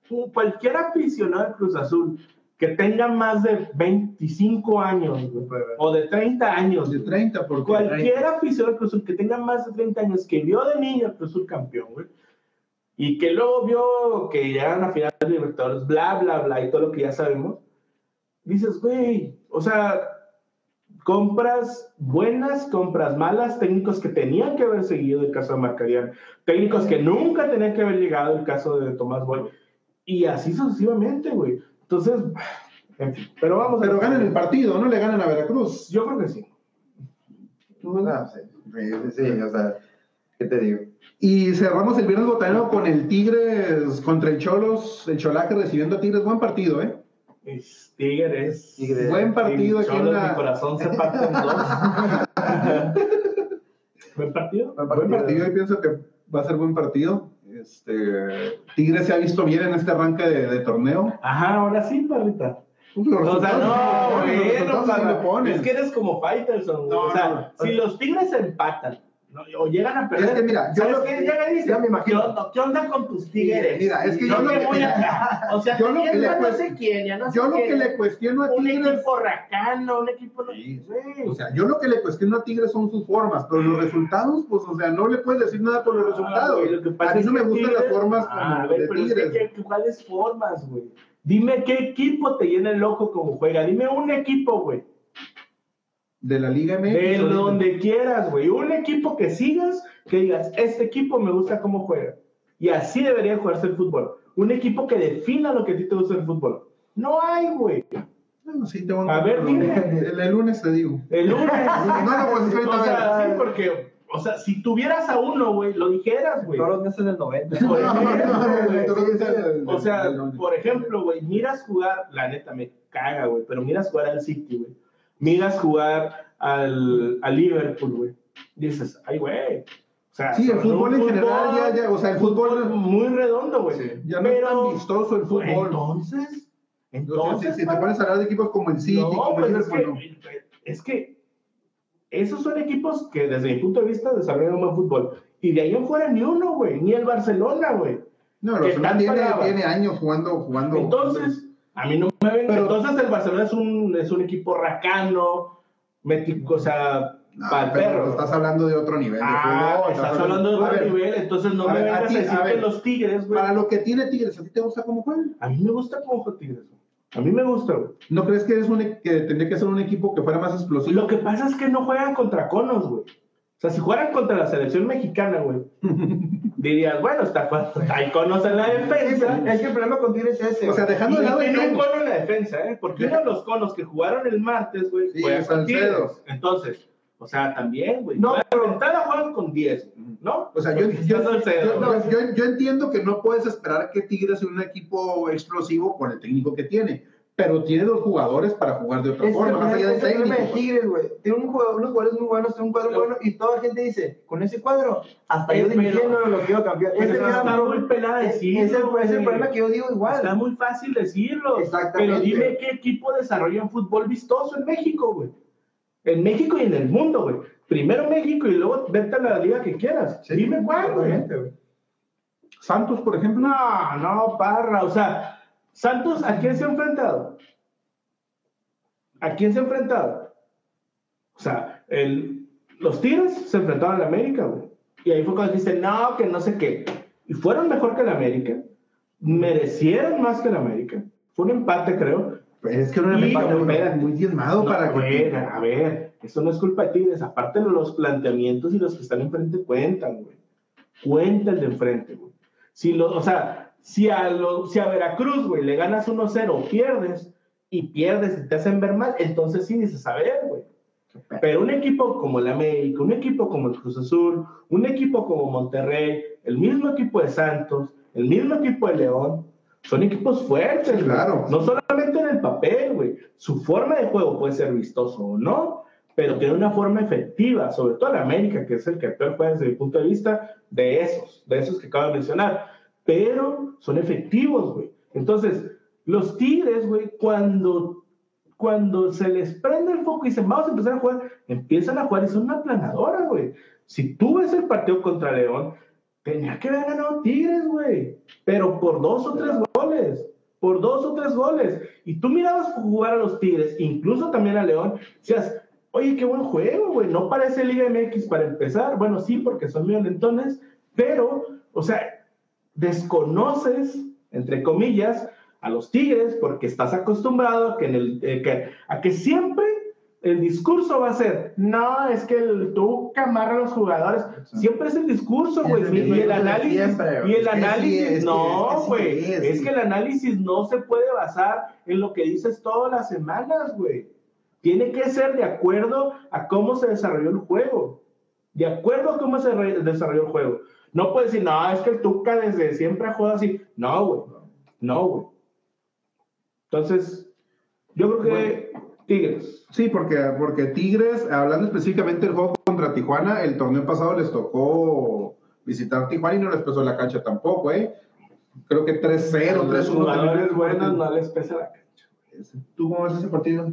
S2: u- cualquier aficionado al Cruz Azul que tenga más de 25 años güey, o de 30 años
S1: De
S2: güey,
S1: 30, porque.
S2: cualquier aficionado al Cruz Azul que tenga más de 30 años que vio de niño al Cruz Azul campeón güey, y que luego vio que llegaron a final de Libertadores bla bla bla y todo lo que ya sabemos dices güey o sea compras buenas, compras malas, técnicos que tenían que haber seguido el caso de Marcarian, técnicos que nunca tenían que haber llegado el caso de Tomás Boy, y así sucesivamente, güey. Entonces, en fin, pero vamos,
S1: Pero ganan el partido, no le ganan a Veracruz.
S2: Yo creo que sí.
S3: Ah, sí, sí, sí, o sea, ¿qué te digo?
S1: Y cerramos el viernes botanero con el Tigres contra el Cholos, el Cholaje recibiendo a Tigres. Buen partido, ¿eh?
S2: Es Tigres.
S3: Tigres.
S1: Buen partido aquí en
S2: Cholos,
S1: la-
S2: Mi corazón se parte en dos. ¿Buen partido?
S3: Buen
S1: Buen partido, yo pienso que va a ser buen partido. Este, Tigres se ha visto bien en este arranque de, de torneo.
S2: Ajá, ahora sí, parrita. O sea, no,
S1: los
S2: güey, no,
S1: resultados sí
S2: para-
S1: lo ponen.
S2: es que eres como Faitelson, güey.
S1: No,
S2: o sea,
S1: no, no.
S2: si los Tigres empatan No, o llegan a perder.
S3: Es que mira, yo
S2: ¿Sabes
S3: lo-
S2: qué? Llega y dice,
S3: ya me imagino.
S2: ¿Qué onda, qué onda con tus tigres?
S3: Mira, es que
S2: yo
S3: yo lo
S2: me
S3: que-
S2: voy acá. O sea,
S1: yo lo
S2: tenían
S1: que le
S2: a no
S1: cuest-
S2: sé quién, ya no sé
S1: Yo lo
S2: quién.
S1: que le cuestiono a
S2: un
S1: Tigres,
S2: equipo racano, un equipo. no-
S1: Sí.
S2: Güey.
S1: o sea, yo lo que le cuestiono a Tigres son sus formas, pero los resultados, pues, o sea, no le puedes decir nada por los
S2: Ah,
S1: resultados.
S2: güey, lo que pasa
S1: a mí
S2: es
S1: no
S2: que
S1: me gustan
S2: Tigres-
S1: las formas
S2: Ah,
S1: como
S2: a ver,
S1: de
S2: pero es
S1: Tigres.
S2: que, ¿qué- ¿cuáles formas, güey? Dime qué equipo te llena el ojo como juega. Dime un equipo, güey.
S1: De la Liga MX.
S2: De
S1: ahorita.
S2: donde quieras, güey. Un equipo que sigas, que digas, este equipo me gusta cómo juega. Y así debería jugarse el fútbol. Un equipo que defina lo que a ti te gusta el fútbol. No hay, güey.
S1: Bueno, sí, te voy
S2: A ver, dime.
S1: El, el lunes te digo.
S2: El lunes.
S1: No, no, pues estoy
S2: o sea, sí,
S1: también.
S2: porque, o sea, si tuvieras a uno, güey, lo dijeras, güey.
S3: Todos los meses del 90.
S2: Por
S1: No, no, no,
S2: ejemplo,
S1: no,
S2: güey.
S1: no, no, no, no,
S2: O sea,
S1: no, no, no.
S2: por ejemplo, güey, miras jugar, la neta me caga, güey, pero miras jugar al City, güey. Miras jugar al, al Liverpool, güey. Dices, ay, güey. O sea,
S1: Sí, el
S2: son
S1: fútbol
S2: un
S1: en general ya, ya, o sea, el fútbol-
S2: fútbol muy redondo, güey.
S1: Sí, ya no es tan vistoso el fútbol.
S2: Entonces,
S1: Entonces,
S2: pues, entonces
S1: si te
S2: para-
S1: pones a hablar de equipos como el City,
S2: no,
S1: como
S2: pues
S1: el
S2: es,
S1: Liverpool, no.
S2: que, es que esos son equipos que desde mi punto de vista desarrollan un buen fútbol. Y de ahí no fuera ni uno, güey, ni el Barcelona, güey.
S1: No,
S2: que
S1: el Barcelona
S2: tan
S1: tiene,
S2: paraba.
S1: tiene años jugando, jugando.
S2: Entonces, a mí no me ven.
S1: Pero-
S2: Entonces el Barcelona es un, es un equipo racano, metico, o sea,
S1: No,
S2: para el
S1: pero
S2: perro.
S1: estás hablando de otro nivel. de
S2: Ah,
S1: fútbol,
S2: estás hablando de
S1: A
S2: otro
S1: ver,
S2: nivel, entonces no
S1: a
S2: me
S1: ver,
S2: vengas
S1: a
S2: a
S1: ti,
S2: decir
S1: a
S2: que
S1: ver.
S2: los Tigres, güey.
S1: Para lo que tiene Tigres, ¿a ti te gusta cómo juega?
S2: A mí me gusta como juega Tigres, güey. A mí me gusta, güey.
S1: ¿No crees que, es un, e- que tendría que ser un equipo que fuera más explosivo?
S2: Lo que pasa es que no juegan contra conos, güey. O sea, si jugaran contra la selección mexicana, güey, dirías, bueno, está jugando- hay conos en la defensa.
S3: Es que el problema con Tigres es ese.
S1: O sea,
S3: güey.
S1: dejando de
S2: y
S1: lado el
S2: tiene un
S1: tema.
S2: cono en la defensa, ¿eh? Porque uno de los conos que jugaron el martes, güey,
S1: Sí,
S2: juega con
S1: Salcedo.
S2: Tigres. Entonces, o sea, también, güey.
S3: No,
S2: No, pero entrada juegan con 10, ¿no?
S1: O sea, yo,
S2: Porque
S1: yo,
S2: está Salcedo,
S1: yo-
S2: güey.
S1: yo- yo entiendo que no puedes esperar que Tigres sea un equipo explosivo con el técnico que tiene, pero tiene los jugadores para jugar de otra
S3: Es que el
S1: forma, más allá
S3: problema-
S1: del
S3: es el problema de
S1: técnico.
S3: Tigres, güey. Tiene un jugador, unos jugadores muy buenos, tiene un cuadro
S2: Pero-
S3: bueno y toda la gente dice, con ese cuadro, hasta yo
S2: Pero-
S3: dirigiéndolo lo quiero cambiar.
S2: pero
S3: Ese
S2: está
S3: era mi-
S2: muy pelada
S3: es-
S2: decirlo,
S3: Es el es el
S2: güey.
S3: problema que yo digo
S2: Está
S3: igual.
S2: muy fácil decirlo.
S3: Exactamente.
S2: Pero dime qué equipo desarrolla un fútbol vistoso en México, güey. En México y en el mundo, güey. Primero México y luego vete a la liga que quieras.
S3: Sí,
S2: dime cuál, güey.
S3: totalmente, güey.
S1: Santos, pues, por ejemplo,
S2: No, no, parra. O sea, Santos, ¿a quién se ha enfrentado? ¿A quién se ha enfrentado? O sea, el, los Tigres se enfrentaron al América, güey. Y ahí fue cuando dicen, no, que no sé qué. Y fueron mejor que el América. Merecieron más que el América. Fue un empate, creo.
S1: pues es que no era
S2: Y-
S1: un empate, güey,
S2: espera.
S1: muy diezmado
S2: No,
S1: para
S2: a
S1: cualquier-
S2: ver, a ver, eso no es culpa de Tigres. Aparte los planteamientos y los que están enfrente cuentan, güey. Cuenta el de enfrente, güey. Si lo, o sea, si a, lo- si a Veracruz, güey, le ganas 1-0, pierdes y pierdes y te hacen ver mal, entonces sí dices, a ver, güey. Pero un equipo como el América, un equipo como el Cruz Azul, un equipo como Monterrey, el mismo equipo de Santos, el mismo equipo de León, son equipos fuertes, güey.
S1: claro.
S2: No solamente en el papel, güey. Su forma de juego puede ser vistoso o no, pero tiene una forma efectiva, sobre todo el América, que es el que actual juega desde mi punto de vista, de esos, de esos que acabo de mencionar. Pero son efectivos, güey. Entonces, los Tigres, güey, cuando cuando se les prende el foco y dicen, vamos a empezar a jugar, empiezan a jugar y son una planadora, güey. Si tú ves el partido contra León, tenía que haber ganado Tigres, güey. Pero por dos o tres goles. Por dos o tres goles. Y tú mirabas jugar a los Tigres, incluso también a León, decías, oye, qué buen juego, güey. No parece Liga MX para empezar. Bueno, sí, porque son violentones, pero, o sea, desconoces, entre comillas, a los Tigres porque estás acostumbrado a que, en el, eh, que- a que siempre el discurso va a ser, no, es que el, tú camarra a los jugadores. Siempre es el discurso,
S3: Es
S2: güey.
S3: el
S2: Y, y el
S3: mismo de
S2: análisis,
S3: siempre, güey.
S2: y el
S3: Es que sí
S2: análisis,
S3: es, es que- es que
S2: no,
S3: sí
S2: güey.
S3: es,
S2: es
S3: sí.
S2: que el análisis no se puede basar en lo que dices todas las semanas, güey. Tiene que ser de acuerdo a cómo se desarrolló el juego. De acuerdo a cómo se re- desarrolló el juego. No puedes decir, no, es que el Tuca desde siempre ha jugado así. No, güey. No, güey. Entonces, yo creo que Tigres.
S1: Sí, porque, porque Tigres, hablando específicamente del juego contra Tijuana, el torneo pasado les tocó visitar Tijuana y no les pesó la cancha tampoco, ¿eh? Creo que 3-0, 3-1.
S2: Los jugadores
S1: también.
S2: buenos no les pesa la cancha.
S1: ¿Tú cómo ves ese partido?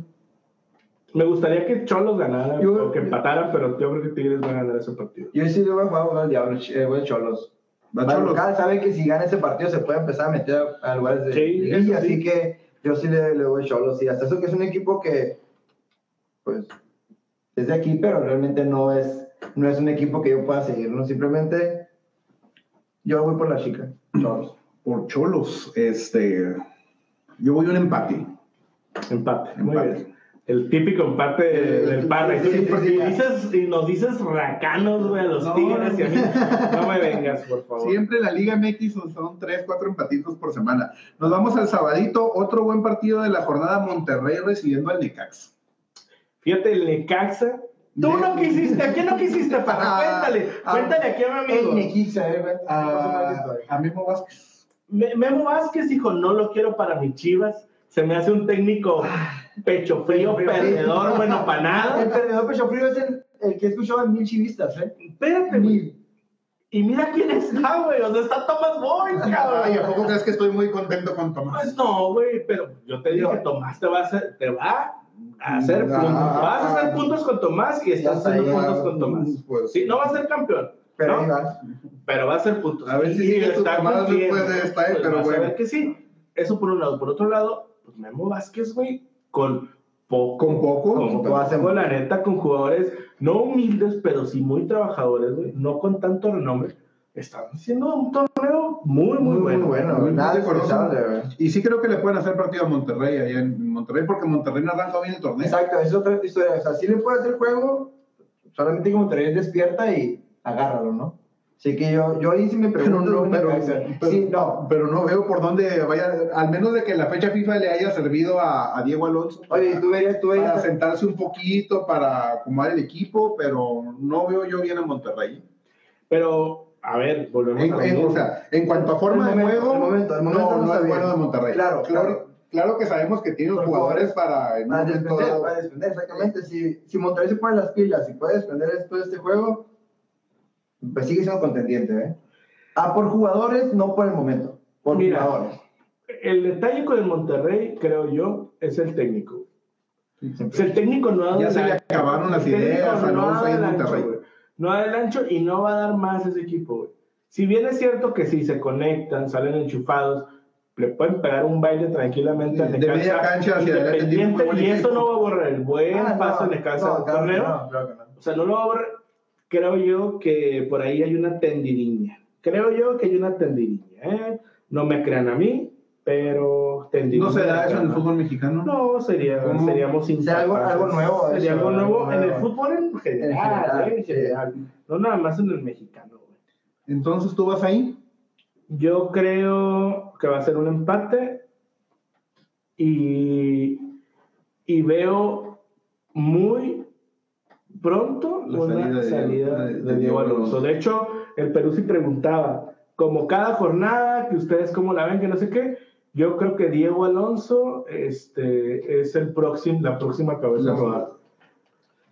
S2: Me gustaría que Cholos ganara
S3: Yo-
S2: o que empatara, pero yo creo que Tigres va a ganar ese partido.
S3: Yo sí le voy a jugar a volar al diablo, ch- eh, voy a Cholos.
S1: Va
S3: Para
S1: Cholos.
S3: local, saben que si gana ese partido se puede empezar a meter a, a lugares de
S2: Sí,
S3: liguilla,
S2: eso sí.
S3: así que yo sí le, le voy a Cholos. Y hasta eso que es un equipo que, pues, es de aquí, pero realmente no es, no es un equipo que yo pueda seguir, ¿no? Simplemente yo voy por la chica, Cholos.
S1: Por Cholos, este. Yo voy a un empate.
S2: Empate. Muy
S1: Empate.
S2: bien. El típico empate del, del parre.
S3: Eh, Sí, sí, sí,
S2: Porque
S3: sí.
S2: dices, y nos dices racanos, güey, a los
S1: No,
S2: Tigres
S1: no.
S2: y a mí. No me vengas, por favor.
S1: Siempre la Liga MX son- son tres, cuatro empatitos por semana. Nos vamos al sabadito, otro buen partido de la jornada Monterrey recibiendo al Necax.
S2: Fíjate, el Necaxa. Tú no quisiste, ¿a quién no quisiste, Parra?
S1: Ah,
S2: Cuéntale,
S1: ah,
S2: cuéntale aquí a mi
S3: El
S2: amigo.
S3: Nequixa, eh, güey.
S1: A, a Memo Vázquez.
S2: Me- Memo Vázquez, hijo, no lo quiero para mis chivas. Se me hace un técnico pecho Ah, frío,
S3: pecho frío.
S2: perdedor, bueno, para
S3: El
S2: nada.
S3: perdedor pecho frío es el, el que he escuchado en mil chivistas, ¿eh?
S2: Espérate, güey.
S3: Mil.
S2: Y mira quién está, güey. O sea, está Tomás Boy,
S1: Ay, ¿a
S2: cabrón.
S1: poco crees que estoy muy contento con Tomás?
S2: Pues no, güey, pero yo te digo que Tomás te va a hacer, te va a hacer
S1: No.
S2: puntos. Vas a hacer puntos con Tomás y estás
S3: está,
S2: haciendo
S3: ya,
S2: puntos con Tomás.
S1: pues.
S2: sí, no va a ser campeón.
S3: Pero
S2: ¿no?
S3: ahí vas.
S2: pero va a ser puntos.
S1: A ver si
S2: Y
S1: sigue
S2: está
S1: tu camada
S2: cumpliendo.
S1: después de esta, eh, pero
S2: vas a
S1: bueno.
S2: ver que sí. Eso por un lado. Por otro lado, pues Memo Vázquez, güey, con poco.
S1: Con poco,
S2: Con
S3: lo hace
S2: poco, la neta, con jugadores no humildes, pero sí muy trabajadores, güey. No con tanto renombre. Están haciendo un torneo muy, muy,
S3: Muy,
S2: bueno.
S3: muy bueno,
S1: Muy
S3: güey. Nada
S1: reconocido.
S3: desconocible, güey.
S1: Y sí creo que le pueden hacer partido a Monterrey allá en Monterrey, porque Monterrey no arrancó bien el torneo.
S3: Exacto, es otra historia. O sea, sí le puede hacer juego, solamente como te ves despierta y agárralo, ¿no? Así que yo, yo ahí sí me
S1: Pero
S3: pregunto.
S1: no,
S3: güey,
S1: pero,
S3: o sea,
S1: pero-
S3: sí, no.
S1: pero no veo por dónde vaya, al menos de que la fecha FIFA le haya servido a, a Diego Alonso
S3: Oye, y tú verías, tú
S1: para
S3: verías.
S1: sentarse un poquito, para acomodar el equipo, pero no veo yo bien a Monterrey.
S2: Pero, a ver, volvemos
S1: En,
S2: a lo
S1: en-
S2: mismo.
S1: o sea, en cuanto a forma
S3: El momento,
S1: de juego,
S3: el momento, el momento
S1: no,
S3: no
S1: no,
S3: está
S1: es
S3: bien.
S1: bueno de Monterrey.
S3: Claro,
S1: claro,
S3: claro.
S1: claro que sabemos que tiene los
S3: Los
S1: jugadores para en un
S3: Para
S1: momento
S3: desprender,
S1: dado.
S3: para desprender, exactamente. Si, si Monterrey se pone las pilas y puede desprender esto de este juego, pues sigue siendo contendiente, ¿eh? Ah, por jugadores, no por el momento. Por
S2: Mira.
S3: jugadores.
S2: El detalle con el Monterrey, creo yo, es el técnico. O sea, el técnico no ha dado
S1: Ya se
S2: el
S1: le
S2: ancho.
S1: acabaron las
S2: El técnico
S1: ideas a
S2: no ha
S1: Alonso
S2: dado
S1: ahí en
S2: el ancho,
S1: Monterrey.
S2: güey. No da el ancho y no va a dar más ese equipo, güey. Si bien es cierto que si se conectan, salen enchufados, le pueden pegar un baile tranquilamente al
S1: De
S2: Necaxa,
S1: media cancha hacia adelante, tiene un
S2: independiente,
S1: buen
S2: y eso
S1: equipo.
S2: no va a borrar el buen
S3: Ah, no,
S2: paso de Necaxa
S3: no,
S2: del
S3: claro que
S2: torneo.
S3: no, claro que no.
S2: O sea, no lo va a borrar. Creo yo que por ahí hay una tendiniña. Creo yo que hay una tendiniña, ¿eh? No me crean a mí, pero tendiniña.
S1: No se da eso en el fútbol mexicano.
S2: No, sería,
S1: ¿Cómo?
S2: seríamos
S3: Sería algo- algo nuevo,
S2: Sería
S3: eso,
S2: algo nuevo
S3: algo
S2: en el
S3: nuevo.
S2: fútbol en general,
S3: En general,
S2: ¿eh? En
S3: sí.
S2: general. No nada más en el mexicano. güey.
S1: Entonces tú vas ahí.
S2: Yo creo que va a ser un empate y, y veo muy pronto
S1: La
S2: una
S1: salida
S2: salida,
S1: de- de-
S2: de,
S1: de Diego
S2: Diego Alonso.
S1: Alonso.
S2: De hecho, el Perú sí preguntaba, como cada jornada, que ustedes cómo la ven, que no sé qué, yo creo que Diego Alonso este, es el próximo, la próxima cabeza
S1: La-
S2: rodada.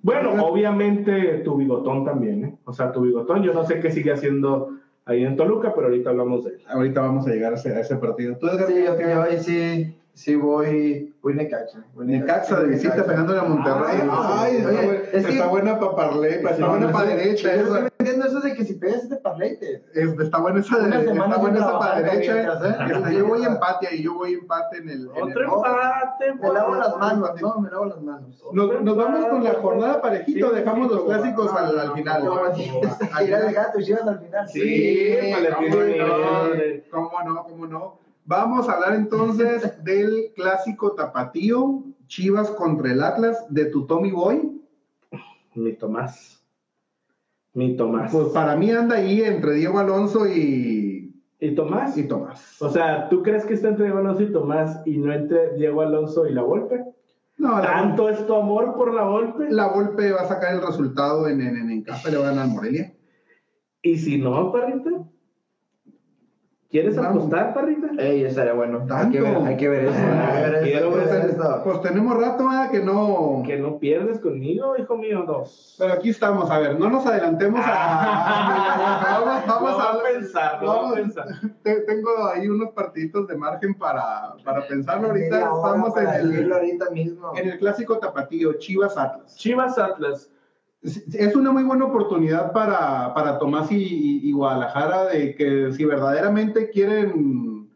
S2: Bueno, obviamente tu bigotón también, ¿eh? O sea, tu bigotón, yo no sé qué sigue haciendo ahí en Toluca, pero ahorita hablamos de él.
S1: Ahorita vamos a llegar a ese, a ese partido. Tú, Edgar,
S3: Sí, yo creo que hoy sí, sí voy, voy Necaxa. Voy
S1: Necaxa de visita pegándole a Monterrey.
S3: Ah,
S1: Ay,
S3: sí.
S1: está
S3: Oye,
S1: buena-
S3: es que-
S1: está buena para parlé, está
S3: No,
S1: buena
S3: no,
S1: para
S3: eso-
S1: derecha.
S3: Yo no
S1: esa-
S3: entiendo eso de que si pegas este parlete.
S1: es- está buena esa, de-
S3: Una semana
S1: está
S3: sin
S1: buena esa para
S3: trabajar,
S1: derecha.
S3: mientras, ¿eh?
S1: Este, Yo voy empate ahí, yo voy empate en el. en
S2: Otro
S1: el-
S2: empate,
S3: Me lavo
S2: por-
S3: las manos, no, me lavo las manos.
S1: Nos, nos vamos con la jornada parejito,
S2: Sí,
S1: dejamos los
S2: sí,
S1: clásicos
S2: no,
S1: al,
S2: no,
S1: al
S2: no,
S1: final.
S2: no,
S3: Como
S2: no,
S3: si
S2: no, no.
S1: Al
S3: era el
S1: final.
S3: gato y llevas al final.
S2: Sí, vale,
S1: cómo
S2: tiene
S1: no,
S2: nombre.
S1: cómo no, cómo no. Vamos a hablar entonces del clásico tapatío, Chivas contra el Atlas, de tu Tommy Boy.
S2: Mi Tomás. Mi Tomás.
S1: Pues para mí anda ahí entre Diego Alonso y,
S2: ¿Y Tomás?
S1: y Tomás.
S2: O sea, ¿tú crees que está entre Diego Alonso y Tomás y no entre Diego Alonso y la Volpe?
S1: No, la,
S2: ¿Tanto es tu amor por la Volpe?
S1: la Volpe va a sacar el resultado en, en, en, en casa, le va a ganar Morelia.
S2: ¿Y si no, Parrita? ¿Quieres
S1: Vamos.
S2: apostar, Parrita?
S3: Ey, eso era bueno. Hay
S1: Tanto.
S3: que ver, hay que ver eso. Hay que ver eso.
S2: Quiero
S3: hay que
S2: ver
S3: ver
S1: eso.
S3: eso.
S1: pues tenemos rato ¿verdad? que no.
S2: Que no pierdes conmigo, hijo mío, dos.
S1: Pero aquí estamos, a ver, no nos adelantemos a. vamos, vamos
S2: Lo va a pensar, lo va a
S1: vamos-
S2: pensar.
S1: Ah. pues, te- Tengo ahí unos partiditos de margen para, para pensarlo. Ahorita
S3: Media hora
S1: estamos en
S3: para decirlo
S1: el,
S3: ahorita mismo.
S1: en el clásico tapatío, Chivas Atlas.
S2: Chivas Atlas.
S1: Es- Es una muy buena oportunidad para, para Tomás y, y- y Guadalajara de que si verdaderamente quieren,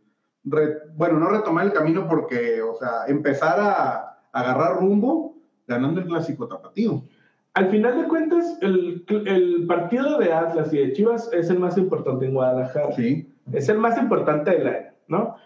S1: re- bueno, no retomar el camino porque, o sea, empezar a, agarrar rumbo ganando el clásico tapatío.
S2: Al final de cuentas, el, el partido de Atlas y de Chivas es el más importante en Guadalajara.
S1: Sí.
S2: Es el más importante del año, ¿no?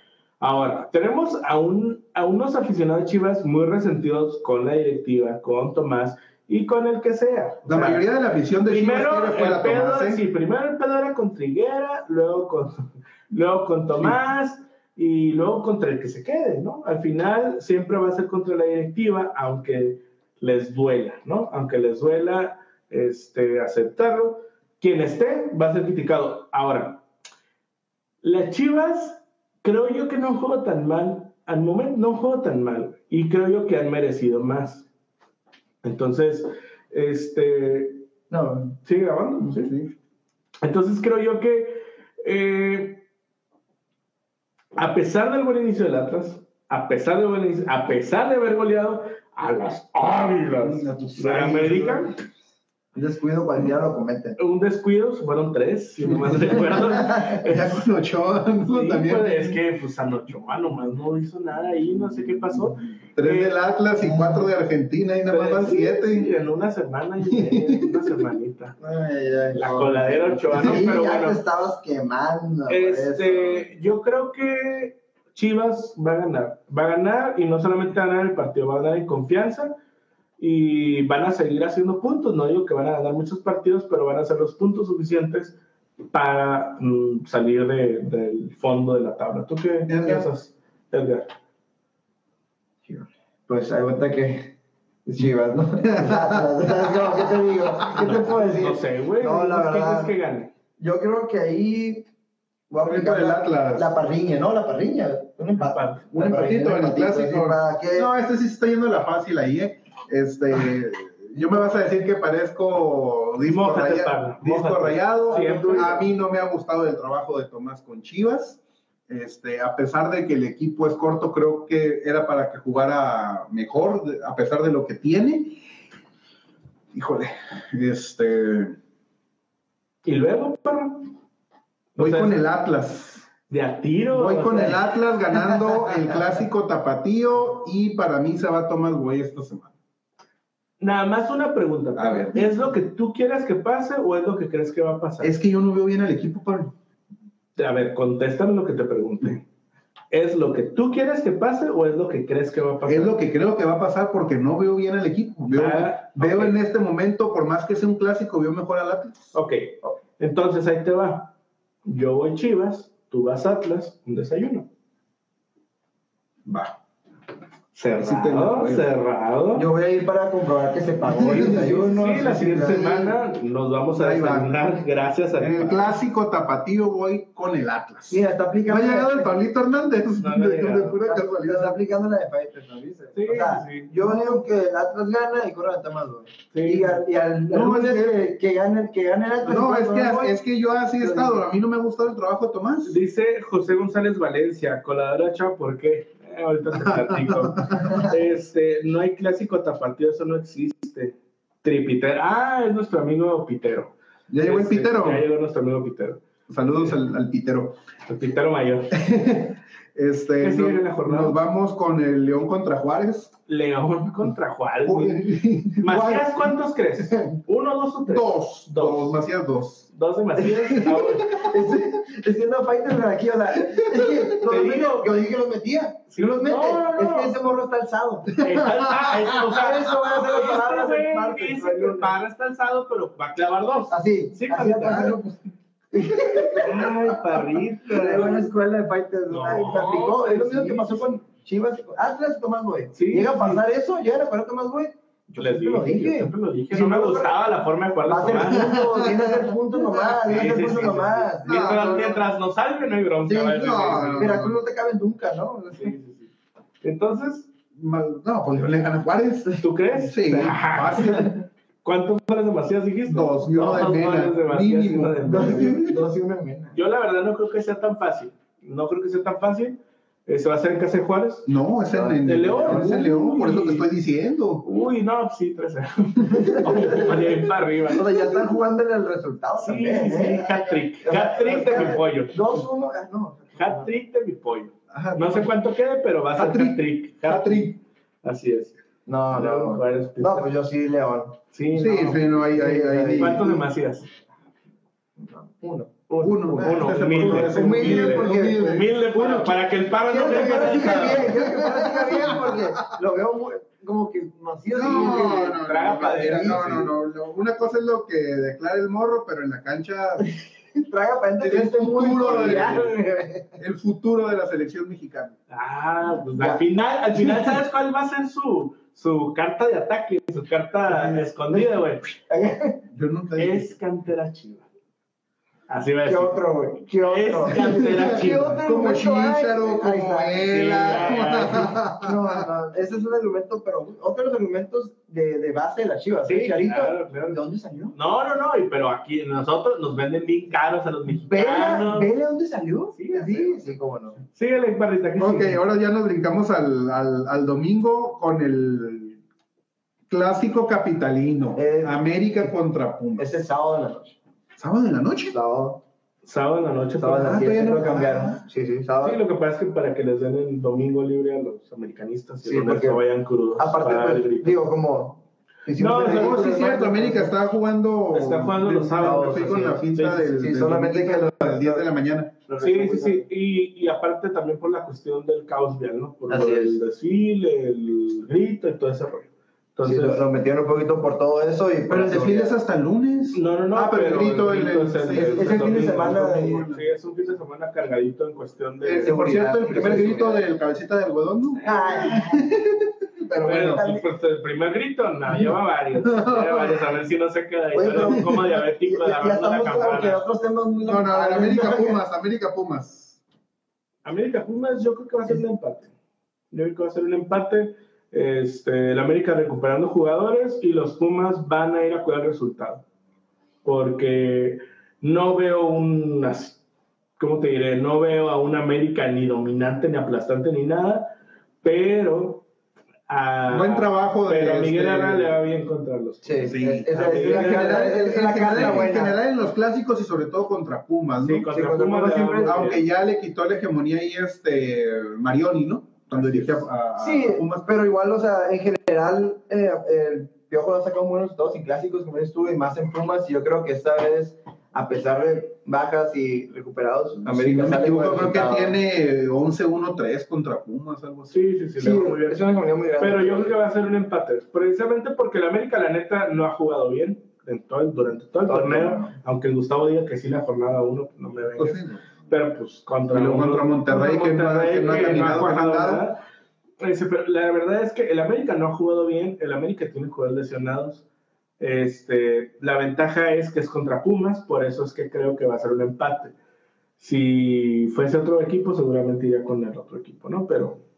S2: Ahora, tenemos a, un, a unos aficionados de Chivas muy resentidos con la directiva, con Tomás y con el que sea. O
S1: La
S2: sea,
S1: mayoría de la afición de
S2: primero
S1: Chivas quiere fuera
S2: el
S1: a
S2: pedo,
S1: Tomás, ¿eh?
S2: sí, primero el pedo era con Triguera, luego con, luego con Tomás y luego contra el que se quede, ¿no? Al final siempre va a ser contra la directiva, aunque les duela, ¿no? Aunque les duela este, aceptarlo. Quien esté va a ser criticado. Ahora, las Chivas creo yo que no juego tan mal. Al momento no juego tan mal. Y creo yo que han merecido más. Entonces, este,
S3: No,
S2: ¿Sigue grabando? pues, Sí. Entonces creo yo que eh, a pesar del buen inicio del Atlas, a pesar, del buen inicio- a pesar de haber goleado a las
S3: A
S2: Águilas
S3: tus
S2: de
S3: Águilas.
S2: América,
S3: un descuido cualquiera lo comete.
S2: un descuido, fueron tres, si no mal recuerdo.
S1: Ya con Ochoa, ¿no?
S2: Sí,
S1: también.
S2: pues, es que pues Anochoa nomás no hizo nada ahí, no sé qué pasó.
S1: Tres del Atlas y cuatro de Argentina y nada más van
S2: Pues, Sí, sí,
S1: siete.
S2: en una semana y media, en una semanita.
S3: Ay, ay,
S2: La
S3: no.
S2: coladera ochoana,
S3: Sí,
S2: pero
S3: ya
S2: bueno.
S3: te estabas quemando. por eso.
S2: Este, yo creo que Chivas va a ganar. Va a ganar y no solamente va a ganar el partido, va a ganar en confianza y van a seguir haciendo puntos. No digo que van a ganar muchos partidos, pero van a hacer los puntos suficientes para mm, salir de- del fondo de la tabla. ¿Tú qué
S1: Edgar.
S2: piensas, Edgar?
S3: Pues hay cuenta que Chivas, ¿no? no, ¿qué te digo? ¿Qué te puedo decir?
S2: No sé, güey.
S3: No, la
S2: ¿Qué crees
S3: verdad.
S2: que gane?
S3: Yo creo que ahí voy a
S1: Voy
S3: aplicar
S1: por el
S3: la,
S1: Atlas.
S3: la parriña, ¿no? La parriña. Un empate.
S2: Empate.
S1: Un empatito en el clásico.
S3: ¿Para qué?
S1: No, este sí se está yendo la fácil ahí, ¿eh? Este, yo me vas a decir que parezco disco,
S2: Mójate,
S1: raya-
S2: Pablo,
S1: disco
S2: mójate.
S1: rayado.
S2: Siempre.
S1: A mí no me ha gustado el trabajo de Tomás con Chivas. Este, a pesar de que el equipo es corto, creo que era para que jugara mejor, de- a pesar de lo que tiene. Híjole, este,
S2: Y luego, perro. O
S1: voy
S2: sea,
S1: con el Atlas.
S2: De a tiro.
S1: Voy
S2: o
S1: con
S2: sea,
S1: el Atlas ganando el clásico tapatío y para mí se va Tomás Boy esta semana.
S2: Nada más una pregunta.
S1: A ver.
S2: ¿Es lo que tú quieras que pase o es lo que crees que va a pasar?
S1: Es que yo no veo bien al equipo, Pablo.
S2: A ver, contéstame lo que te pregunté. ¿Es lo que tú quieres que pase o es lo que crees que va a pasar?
S1: Es lo que creo que va a pasar porque no veo bien al equipo. Veo,
S2: Ah,
S1: veo
S2: ok.
S1: en este momento, por más que sea un clásico, veo mejor al Atlas.
S2: Ok, entonces ahí te va. Yo voy Chivas, tú vas Atlas, un desayuno.
S1: Va.
S2: Cerrado,
S1: Sí te lo juego.
S2: cerrado.
S3: Yo voy a ir para comprobar que se pagó
S1: Sí,
S3: el
S1: sí,
S3: desayuno.
S2: sí, la siguiente
S3: sí.
S2: semana nos vamos a
S1: Ahí va. Eh,
S2: desayunar. Gracias a
S1: En el clásico tapatío voy con el Atlas.
S3: Mira, está
S1: No ha
S3: aplicando.
S1: llegado el Pablito Hernández.
S2: No, no ha
S1: de, de
S2: llegado.
S1: pura
S3: Está
S1: casualidad.
S3: aplicando la de Fighters, ¿no dice?
S2: Sí,
S3: o sea,
S2: sí.
S3: yo digo que el Atlas gana y corre más, güey.
S2: Sí.
S3: Y al, y al
S1: No,
S3: al lunes
S1: es que-
S3: que, que gane, que gane el Atlas.
S1: No, es
S3: Cuando voy,
S1: que, es que yo así he
S3: Yo
S1: estado.
S3: digo.
S1: A mí no me ha gustado el trabajo de Tomás.
S2: Dice José González Valencia, coladora chava, ¿por qué? Eh, ahorita te platico. este, no hay clásico tapatío, eso no existe. Tripitero. Ah, es nuestro amigo Pitero.
S1: Ya llegó el
S2: Este,
S1: Pitero.
S2: Ya llegó nuestro amigo Pitero.
S1: Saludos al, al Pitero.
S2: El Pitero mayor.
S1: Este,
S2: ¿Qué sigue
S1: no-
S2: en la jornada?
S1: nos vamos con el León contra Juárez.
S2: León contra Juárez. güey.
S1: Juárez.
S2: ¿Macías cuántos crees? ¿Uno, dos o tres?
S1: Dos,
S2: Dos.
S1: dos, Macías dos.
S2: Dos de Macías. Ahora,
S3: Es, es que no Fighters pero aquí, o sea, es que los
S2: Te
S3: mete-
S2: digo.
S3: yo dije que los metía.
S2: Sí,
S3: Sí, los mete.
S2: no, no,
S3: es
S2: no.
S3: que ese morro está alzado.
S2: está alzado.
S3: O sea, eso va a ser las palabras
S2: Este
S3: del
S2: güey
S3: martes,
S2: dice
S3: no hay
S2: que
S3: lunes.
S2: para está alzado, pero va a clavar dos.
S3: Así.
S2: Sí,
S3: así
S2: Juanita.
S3: alzado, pues,
S2: Ay, parrito.
S3: le dio una escuela de Fighters.
S2: No,
S3: ¿no? eh, Te aplicó. Es lo mismo
S2: sí.
S3: que pasó con Chivas. Atlas y Tomás Boy.
S2: Sí,
S3: Llega a
S2: sí.
S3: pasar eso, llega a recordar a Tomás Boy.
S2: Yo les
S3: siempre
S2: dije,
S3: lo
S2: yo
S3: dije.
S2: siempre lo dije.
S3: Sí,
S2: no me
S3: no,
S2: gustaba la forma de jugar
S3: Va
S2: la
S3: a ser
S2: jornada.
S3: puntos, viene a ser puntos nomás,
S2: Sí,
S3: viene a
S2: sí,
S3: ser
S2: sí,
S3: puntos
S2: sí.
S3: nomás.
S1: Sí, no,
S2: Mientras,
S1: no.
S2: mientras nos salve, no hay bronca.
S3: Sí,
S2: ¿vale?
S1: no, no, no.
S3: Veracruz no te cabe nunca, ¿no?
S2: Sí, sí, sí. Entonces,
S1: No, pues León le gana a Juárez.
S2: ¿Tú crees?
S1: Sí, fácil.
S2: ¿Cuántos goles de Macías dijiste?
S1: Dos y uno de
S2: Dos
S1: Mena,
S2: goles de Macías y
S1: mínimo.
S2: uno de Mena.
S3: Dos y- dos y una mena.
S2: Yo la verdad no creo que sea tan fácil. No creo que sea tan fácil. Eh, se va a hacer en casa de Juárez.
S1: No, es el,
S2: ¿De León?
S1: Es el León, por eso te
S2: Uy.
S1: estoy diciendo.
S2: Uy, no, sí, 3-0. Oye, ahí para arriba.
S3: O sea, pues, ya están jugando en el resultado
S2: Sí,
S3: también.
S2: sí, sí,
S3: ¿eh? ah,
S2: hat-trick. Hat-trick de mi pollo.
S3: 2-1 ganó.
S2: Hat-trick de mi pollo.
S1: Ajá.
S2: No sé cuánto quede, pero va a ser
S1: Hat-trick.
S2: hat-trick.
S1: Patrick.
S2: Así es.
S3: No,
S2: León,
S3: no.
S2: Juárez,
S3: No,
S2: Pizarro.
S3: pues yo sí, León.
S2: Sí,
S1: Sí,
S2: no.
S1: sí, no, ahí, ahí, ahí.
S2: ¿Cuántos de Macías?
S3: Uno.
S1: Uno, este
S2: uno,
S1: es el
S2: humilde,
S1: uno.
S2: es
S1: humilde,
S2: humilde,
S1: porque
S3: humilde.
S2: Humilde para, para que el paro no
S3: Quiero que
S2: le
S3: Juárez
S2: gane
S3: siga bien,
S2: nada.
S3: quiero que Juárez siga bien, porque lo veo muy, como que Macías
S1: No,
S3: como que
S1: no, no,
S2: traga
S1: no,
S2: madera,
S1: no,
S2: sí.
S1: no, no, no. Una cosa es lo que declara el morro, pero en la cancha
S3: traga para gente que este esté muy
S1: Duro,
S3: cordial,
S1: güey.
S3: güey.
S1: el futuro de la selección mexicana.
S2: Ah, pues al final, al final, ¿sabes cuál va a ser su, su carta de ataque? Su carta escondida, güey.
S1: Yo nunca dije-
S2: Es cantera chiva. Así va a
S3: ¿Qué
S2: decir.
S3: otro, güey? ¿Qué
S2: Es
S3: otro?
S2: cantera
S3: ¿Qué
S2: chiva.
S3: otro
S1: como
S3: argumento hay?
S1: Chicharo,
S3: Ahí
S1: como
S3: está.
S1: Vela.
S3: No, no, ese es un argumento, pero otros argumentos de, de base de las chivas.
S2: Sí,
S3: ¿eh? Chicharito,
S2: claro, claro.
S3: ¿de dónde salió?
S2: No, no, no, y- pero aquí nosotros nos venden bien caros a los
S3: ¿Vela?
S2: mexicanos.
S3: ¿Vela dónde salió?
S2: Ah, Sí, así
S3: sí, sí, cómo no.
S2: Síguele, Parrita. que
S1: Ok,
S2: sigue.
S1: ahora ya nos brincamos al, al, al domingo con el clásico capitalino.
S3: Eh,
S1: América contra Pumas.
S3: Es el sábado de la noche.
S1: ¿Sábado en la noche?
S3: Sábado,
S2: Sábado en la noche.
S3: sábado de
S1: Ah,
S3: la noche.
S1: todavía no-
S3: lo cambiaron. Sí, sí, sábado.
S2: Sí, lo que pasa es que para que les den el domingo libre a los americanistas y
S3: Sí,
S2: los
S3: porque-
S2: no vayan crudos.
S3: Aparte,
S2: para el
S3: pues,
S2: grito.
S3: digo, como. hicimos
S2: No,
S3: el-
S1: No, sí,
S3: el-
S1: es cierto. América estaba jugando.
S2: Está jugando los sábados,
S1: Estoy
S3: así
S1: con la
S3: es.
S1: finta
S2: Sí, sí,
S1: del.
S3: sí,
S1: del
S3: solamente
S1: domingo
S3: que
S1: a
S3: lo-
S1: las 10 de la mañana.
S2: Sí, sí, sí. Y, y aparte también por la cuestión del caos vial, ¿no? Por
S3: Así
S2: el
S3: es.
S2: desfile, el grito y todo ese rollo.
S3: Sí,
S2: Entonces,
S3: lo, lo metieron un poquito por todo eso. Y pues,
S1: Pero el desfile es
S3: es
S1: hasta el lunes.
S2: no, no, no.
S1: Ah, pero el grito, el-
S2: es
S1: sí, es-
S3: es el fin de
S2: domingo,
S3: semana
S2: es domingo.
S1: de-
S2: Sí, es un fin de semana cargadito en cuestión de.
S1: Eh, por
S3: seguridad,
S1: cierto, el primer
S3: seguridad.
S1: grito del cabecita de algodón, ¿no?
S3: pero
S2: Bueno,
S3: bueno, también-
S2: pues, el primer grito, no, lleva varios. Lleva varios, a ver si no se queda ahí.
S3: Oye,
S2: Pero
S3: pero-
S2: como
S3: ya,
S2: diabético de
S3: ya
S2: la
S3: estamos como que en
S2: campana.
S3: otros temas muy
S1: No, Ah, no, el
S3: lamentables.
S1: América Pumas, América Pumas.
S2: América Pumas, yo creo que va a ser un empate. Yo creo que va a ser un empate. Este, el América recuperando jugadores y los Pumas van a ir a cuidar el resultado. Porque no veo un. as- ¿Cómo te diré? No veo a un América ni dominante, ni aplastante, ni nada. Pero. ah,
S1: Buen trabajo de
S2: Pero a
S1: este-
S2: Miguel Herrera le va bien contra los
S3: Sí,
S1: Sí.
S3: es- es- es
S2: Ah,
S3: la-
S2: sí.
S3: es la general- es la
S1: en,
S3: cara
S1: general, en
S3: buena.
S1: general en los clásicos y sobre todo contra Pumas, ¿no?
S2: Sí, contra
S3: Sí, contra
S2: Pumas
S3: Pumas
S2: le va
S3: siempre-
S2: muy bien.
S1: Aunque ya le quitó la hegemonía ahí este Marioni, ¿no? Cuando dirigía a, a
S3: Sí,
S1: Pumas.
S3: pero igual, o sea, en general, eh, el Piojo ha sacado buenos resultados en clásicos, como estuve, y más en Pumas, y yo creo que esta vez, a pesar de bajas y recuperados,
S1: Si
S3: América
S1: no me
S3: sale con
S1: equivoco, creo que
S3: resultado.
S1: tiene 11-1-3 contra Pumas, algo así.
S2: Sí, sí, sí, le
S3: Sí,
S2: va muy bien.
S3: es una comunidad muy grande.
S2: Pero yo creo que va a ser un empate. Precisamente porque el América, la neta, no ha jugado bien en todo el- durante todo el
S3: Todo el
S2: torneo.
S3: torneo.
S2: Aunque el Gustavo diga que sí la jornada uno, pues, no me vengas.
S1: Pues sí, ¿no?
S2: Pero pues contra,
S1: Y luego contra Monterrey, que no ha- que no ha caminado, que no ha
S2: jugado
S1: andado.
S2: nada. Ese, Este, pero la verdad es que el América no ha jugado bien. El América tiene jugadores lesionados. Este, la ventaja es que es contra Pumas, por eso es que creo que va a ser un empate. Si fuese otro equipo, seguramente iría con el otro equipo, ¿no? Pero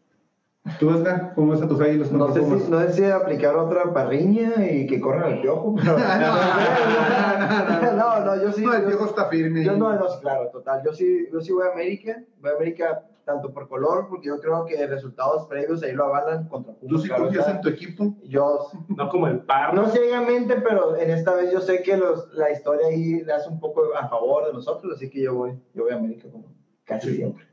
S1: ¿Tú, Oscar, cómo ves a tus águilas contra
S3: No sé,
S1: Pumas?
S3: si, no sé si aplicar otra parriña y que corran al piojo, pero. no, no, yo sí.
S1: No, el
S3: yo-
S1: viejo está firme.
S3: Yo no, no, sí, claro, total. Yo sí, yo sí voy a América, voy a América tanto por color, porque yo creo que resultados previos ahí lo avalan contra Pumas.
S1: ¿Tú sí
S3: la
S1: confías
S3: verdad.
S1: en tu equipo?
S3: Yo,
S2: no como el Parma.
S3: no ciegamente, pero en esta vez yo sé que los, la historia ahí le hace un poco a favor de nosotros, así que yo voy, yo voy a América como casi
S2: Sí.
S3: siempre.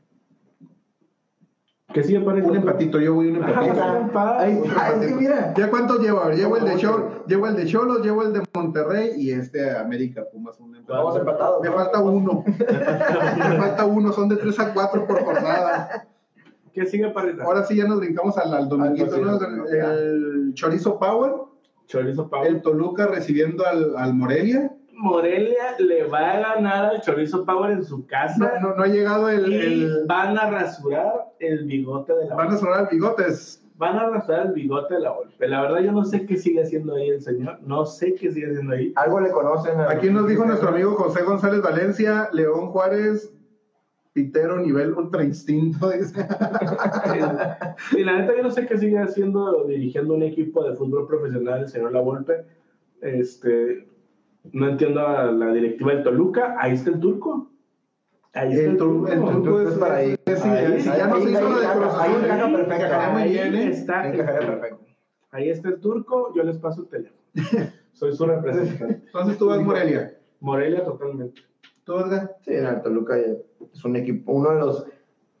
S2: Que sí aparece.
S1: Un empatito, yo voy un
S2: Ahí
S1: empatito.
S2: está, empate.
S3: Ahí está, es que mira.
S1: ¿Ya cuántos llevo? A ver, Llevo el de
S3: Ocho.
S1: Cholos, llevo el de Cholos, llevo el de Monterrey y este América Pumas un empate.
S3: Vamos empatados.
S1: Me
S3: ¿no?
S1: falta uno. Me falta uno, son de 3 a 4 por jornada.
S2: ¿Qué sigue Parrita?
S1: Ahora sí ya nos brincamos al, al dominguito,
S3: Al
S1: ¿no?
S3: domingo, ya.
S1: El Chorizo Power,
S2: Chorizo Power.
S1: el Toluca recibiendo al, al Morelia.
S2: Morelia le va a ganar al Chorizo Power en su
S1: No,
S2: casa.
S1: no, no ha llegado el,
S2: y
S1: el-
S2: van a rasurar el bigote de la
S1: Van a sonar bigotes.
S2: Van a rasurar el bigote de la golpe. La verdad, yo no sé qué sigue haciendo ahí el señor. No sé qué sigue haciendo ahí.
S3: Algo le conocen. a-
S1: Aquí nos dijo nuestro amigo José González Valencia, León Juárez, pitero nivel ultra instinto. dice.
S2: Y la neta, yo no sé qué sigue haciendo dirigiendo un equipo de fútbol profesional el señor La Volpe. Este, no entiendo a la directiva del Toluca. Ahí está el turco. Ahí está
S1: El tru-
S2: el turco.
S1: el truco
S3: Entonces,
S1: es
S3: para ahí.
S1: es
S3: Ahí,
S1: ideal. Si ya no
S3: ahí,
S1: se hizo
S3: ahí
S1: lo de
S3: encaja,
S1: Cruz
S3: ahí
S1: Azul,
S3: encaja
S1: ahí
S3: perfecto,
S1: encajaría muy
S2: Ahí
S1: bien, ¿eh?
S2: está el
S3: Encajaría
S2: turco.
S3: perfecto.
S2: Ahí está el turco. Yo les paso el teléfono. Soy su representante.
S1: Entonces tú vas Morelia.
S2: Morelia totalmente.
S1: Tú Edgar.
S3: Sí, en el Toluca es un equipo, uno de los.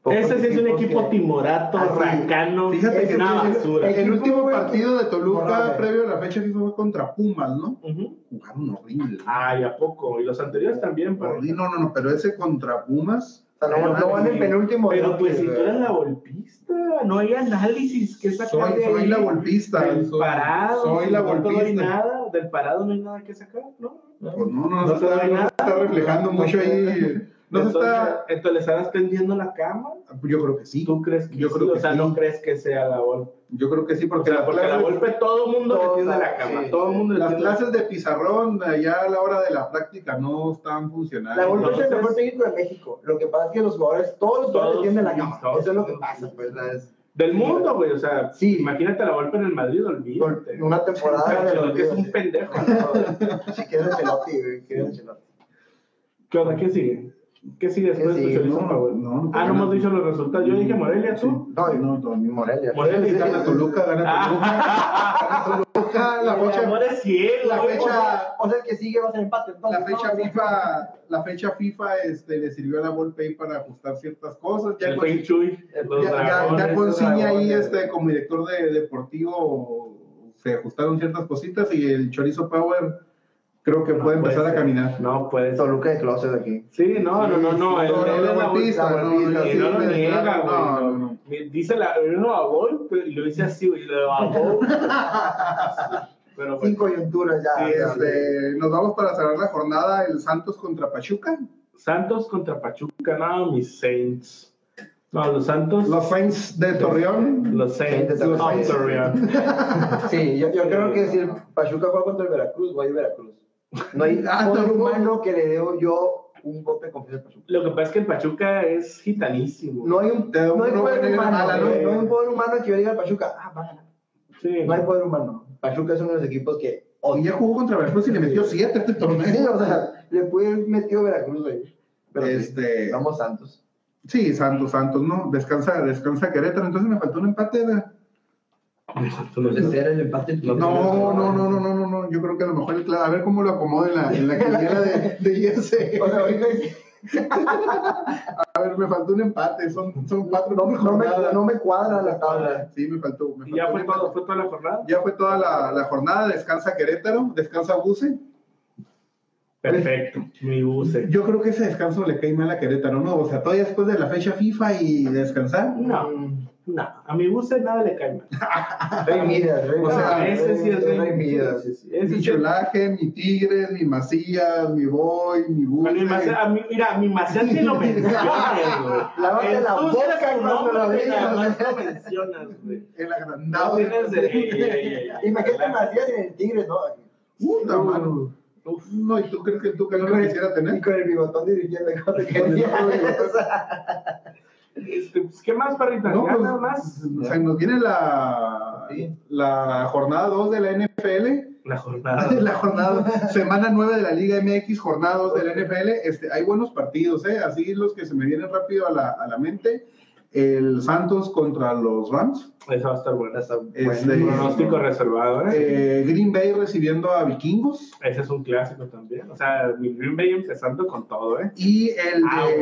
S3: pocos
S2: Ese sí es un
S3: equipos
S2: equipo
S3: que-
S2: timorato,
S3: Así.
S2: racano,
S1: Fíjate que
S2: es una
S1: el-
S2: basura.
S1: El,
S3: Equipo,
S1: último
S3: güey,
S1: partido de Toluca
S3: morale.
S1: previo a la fecha FIFA fue contra Pumas, ¿no?
S2: Ujú.
S1: Jugaron horrible.
S2: Ay, ¿a poco? Y los anteriores también, pero,
S1: Horrible, No, no, no, pero ese contra Pumas.
S3: O sea, no, no van en penúltimo.
S2: pero
S3: ¿no?
S2: pues
S3: Sí,
S2: si tú
S3: güey.
S2: eres la golpista, no hay análisis que sacar
S1: Soy,
S2: de
S1: soy
S2: ahí.
S1: la golpista.
S2: Del
S1: soy-
S2: parado,
S1: Soy
S2: si
S1: la
S2: no te doy
S1: golpista.
S2: nada, del parado no hay nada que sacar, ¿no?
S1: Pues no, no,
S2: No
S1: se
S2: te
S1: está,
S2: doy
S1: no se
S2: nada.
S1: está reflejando mucho
S3: No te doy
S1: ahí. No se
S2: entonces,
S1: está.
S2: entonces le estarás tendiendo la cama.
S1: Yo creo que sí.
S2: ¿Tú crees que
S1: Yo
S2: sí?
S1: creo que
S2: o sea,
S1: sí.
S2: no crees que sea la golpe.
S1: Yo creo que sí,
S2: O
S1: porque,
S2: sea,
S1: las
S2: porque la
S1: clases-
S2: golpe todo el mundo le
S3: Todas,
S2: tiende la cama.
S3: sí.
S2: todo el mundo le
S1: las
S2: tiende la
S1: clases de pizarrón ya a la hora de la práctica no están funcionando.
S3: La Volpe es el
S2: Entonces-
S3: mejor técnico de México. Lo que pasa es que los jugadores, todos los jugadores
S2: Todos,
S3: tienden la
S2: sí,
S3: cama.
S2: todos.
S3: Eso es lo que pasa, pues. la- es-
S2: Del mundo, güey. O sea,
S3: Sí.
S2: imagínate la golpe en el Madrid, olvídate.
S3: Una
S2: O sea,
S3: temporada de los
S2: Ancelotti es un pendejo. ¿no?
S3: Si quieres Ancelotti, güey, quieres Ancelotti.
S2: ¿Qué onda? ¿Qué sigue? ¿Qué sigue después
S3: ¿Qué
S2: de
S3: sigue?
S2: Socialismo
S1: No,
S2: Favor?
S1: no, no.
S2: Ah, no hemos dicho los resultados. Yo dije Morelia, tú.
S3: No, y no,
S1: no.
S3: ni Morelia.
S2: Morelia
S1: Sí,
S2: y
S1: gana Toluca, gana Toluca. Gana Toluca, la
S2: El
S1: fecha,
S2: amor es cielo,
S1: la
S2: güey.
S3: O
S1: fecha-
S3: sea, o sea, el que sigue va a ser empate. entonces,
S1: la
S3: ¿no?
S1: fecha FIFA, la fecha FIFA este, le sirvió a la Volpe para ajustar ciertas cosas. Ya
S2: El
S1: con-
S2: Feng Shui. Los
S1: Ya, ya,
S2: dragones.
S1: ya con
S3: los
S1: Ciña ahí,
S3: dragones.
S1: este, como director de deportivo, se ajustaron ciertas cositas y el Chorizo Power creo que
S2: No
S1: puede
S2: puede
S1: empezar a
S2: ser.
S1: caminar.
S2: No, puede ser.
S3: Toluca de Closet aquí.
S2: Sí, no, no, no, no. él-
S1: No, no,
S2: él
S1: la
S2: es la
S1: golpista,
S3: la
S1: no,
S3: golpista,
S1: no,
S2: Y
S3: sí,
S2: no lo
S1: sí,
S2: niega,
S1: claro,
S2: güey.
S1: no, no, no.
S2: Me Dice la, yo no a gol, pero- y pues, lo dice así, güey, lo a gol. Pero pues,
S3: Sin
S2: bueno,
S3: coyunturas ya.
S1: Sí,
S3: ya,
S1: este, nos vamos para cerrar la jornada, el Santos contra Pachuca.
S2: Santos contra Pachuca, no, mis Saints. No, los Santos,
S1: Los Saints de Torreón.
S2: los Saints,
S3: Saints,
S2: los
S3: los Saints.
S2: Torreón.
S3: Sí, yo, yo creo que si el Pachuca juega contra el Veracruz, voy a ir a Veracruz. No hay
S1: Ah,
S3: un
S1: tampoco.
S3: humano que le dé yo un golpe de confianza al Pachuca.
S2: Lo que pasa es que el Pachuca es gitanísimo.
S3: No hay un,
S1: Te da un
S3: no hay
S1: uno
S3: poder
S1: que
S3: humano.
S1: a ¿eh? la
S3: güey,
S1: luz,
S3: no hay
S1: ¿no?
S3: un poder humano que yo diga al Pachuca, ah, va a ganar.
S2: sí,
S3: No hay poder humano. Pachuca es uno de los equipos que
S1: Hoy ya
S3: odia.
S1: jugó contra Veracruz y le metió 7 este
S3: Sí,
S1: torneo.
S3: o sea, le pude haber metido Veracruz, güey. Pero sí,
S1: Este,
S3: vamos Santos.
S1: sí, Santos, Santos, ¿no? Descansa, descansa Querétaro. Entonces me faltó un empate. ¿verdad?
S3: Puede ser el empate.
S2: No,
S1: No, no, no, no, no, no, no. Yo creo que a lo mejor el Cla- a ver cómo lo acomodo en la, en la quiniela de, de IS.
S3: O sea, ahorita dice,
S1: A ver, me faltó un empate, son, son cuatro
S3: no, me- no me,
S1: jornadas.
S3: no me cuadra la tabla.
S1: Sí, me faltó. me
S2: Y ya
S1: faltó
S2: fue
S1: un
S2: todo,
S1: empate.
S2: fue toda la jornada.
S1: Ya fue toda la, la jornada, descansa Querétaro, descansa Buse.
S2: Perfecto, mi buce.
S1: Yo creo que ese descanso le cae mal a Querétaro, ¿no? O sea, todavía después de la fecha FIFA y descansar.
S2: No, no, a mi buce nada le cae mal.
S3: Rey Midas, Rey
S1: O sea,
S3: Midas,
S2: ese sí es
S3: Rey,
S2: Rey
S3: Rey Midas.
S2: Midas.
S3: sí, sí.
S2: Ese
S1: Mi
S2: sí es-
S1: Cholaje, mi Tigres, mi Macías, mi Boy, mi
S2: A
S1: Buse.
S2: mi Maciel- a mí, mira, a mi Maciel sí lo mencionas, güey.
S3: Lávate la
S2: Ensucias
S3: boca
S2: tu
S3: cuando
S2: nombre,
S3: lo
S2: güey,
S3: digas.
S2: nada más lo mencionas, güey.
S1: El
S2: No
S1: agrandado.
S2: tienes de... ey, ey, ey, ey.
S3: Imagínate Macías en el Tigres, ¿no?
S1: Puta, mano.
S2: Uf.
S1: No, ¿y tú crees que tú que no lo quisiera tener? Pues,
S3: Y con el bigotón dirigiendo. con el bigotón.
S2: Este, pues, ¿Qué más, parrita?
S1: No,
S2: ¿Ya
S1: pues,
S2: nada más?
S1: Se nos viene la,
S3: Sí.
S1: la jornada 2 de la NFL,
S2: La jornada.
S1: la jornada, semana 9 de la Liga MX, jornada 2 de la NFL. Este, hay buenos partidos, ¿eh? así los que se me vienen rápido a la, a la mente. El Santos contra los Rams.
S2: Esa va a estar buena.
S1: Este,
S2: Pronóstico reservado, ¿eh?
S1: eh, Green Bay recibiendo a Vikingos.
S2: Ese es un clásico también. O sea, mi Green Bay empezando con todo, ¿eh?
S1: Y el
S3: Ah,
S1: de...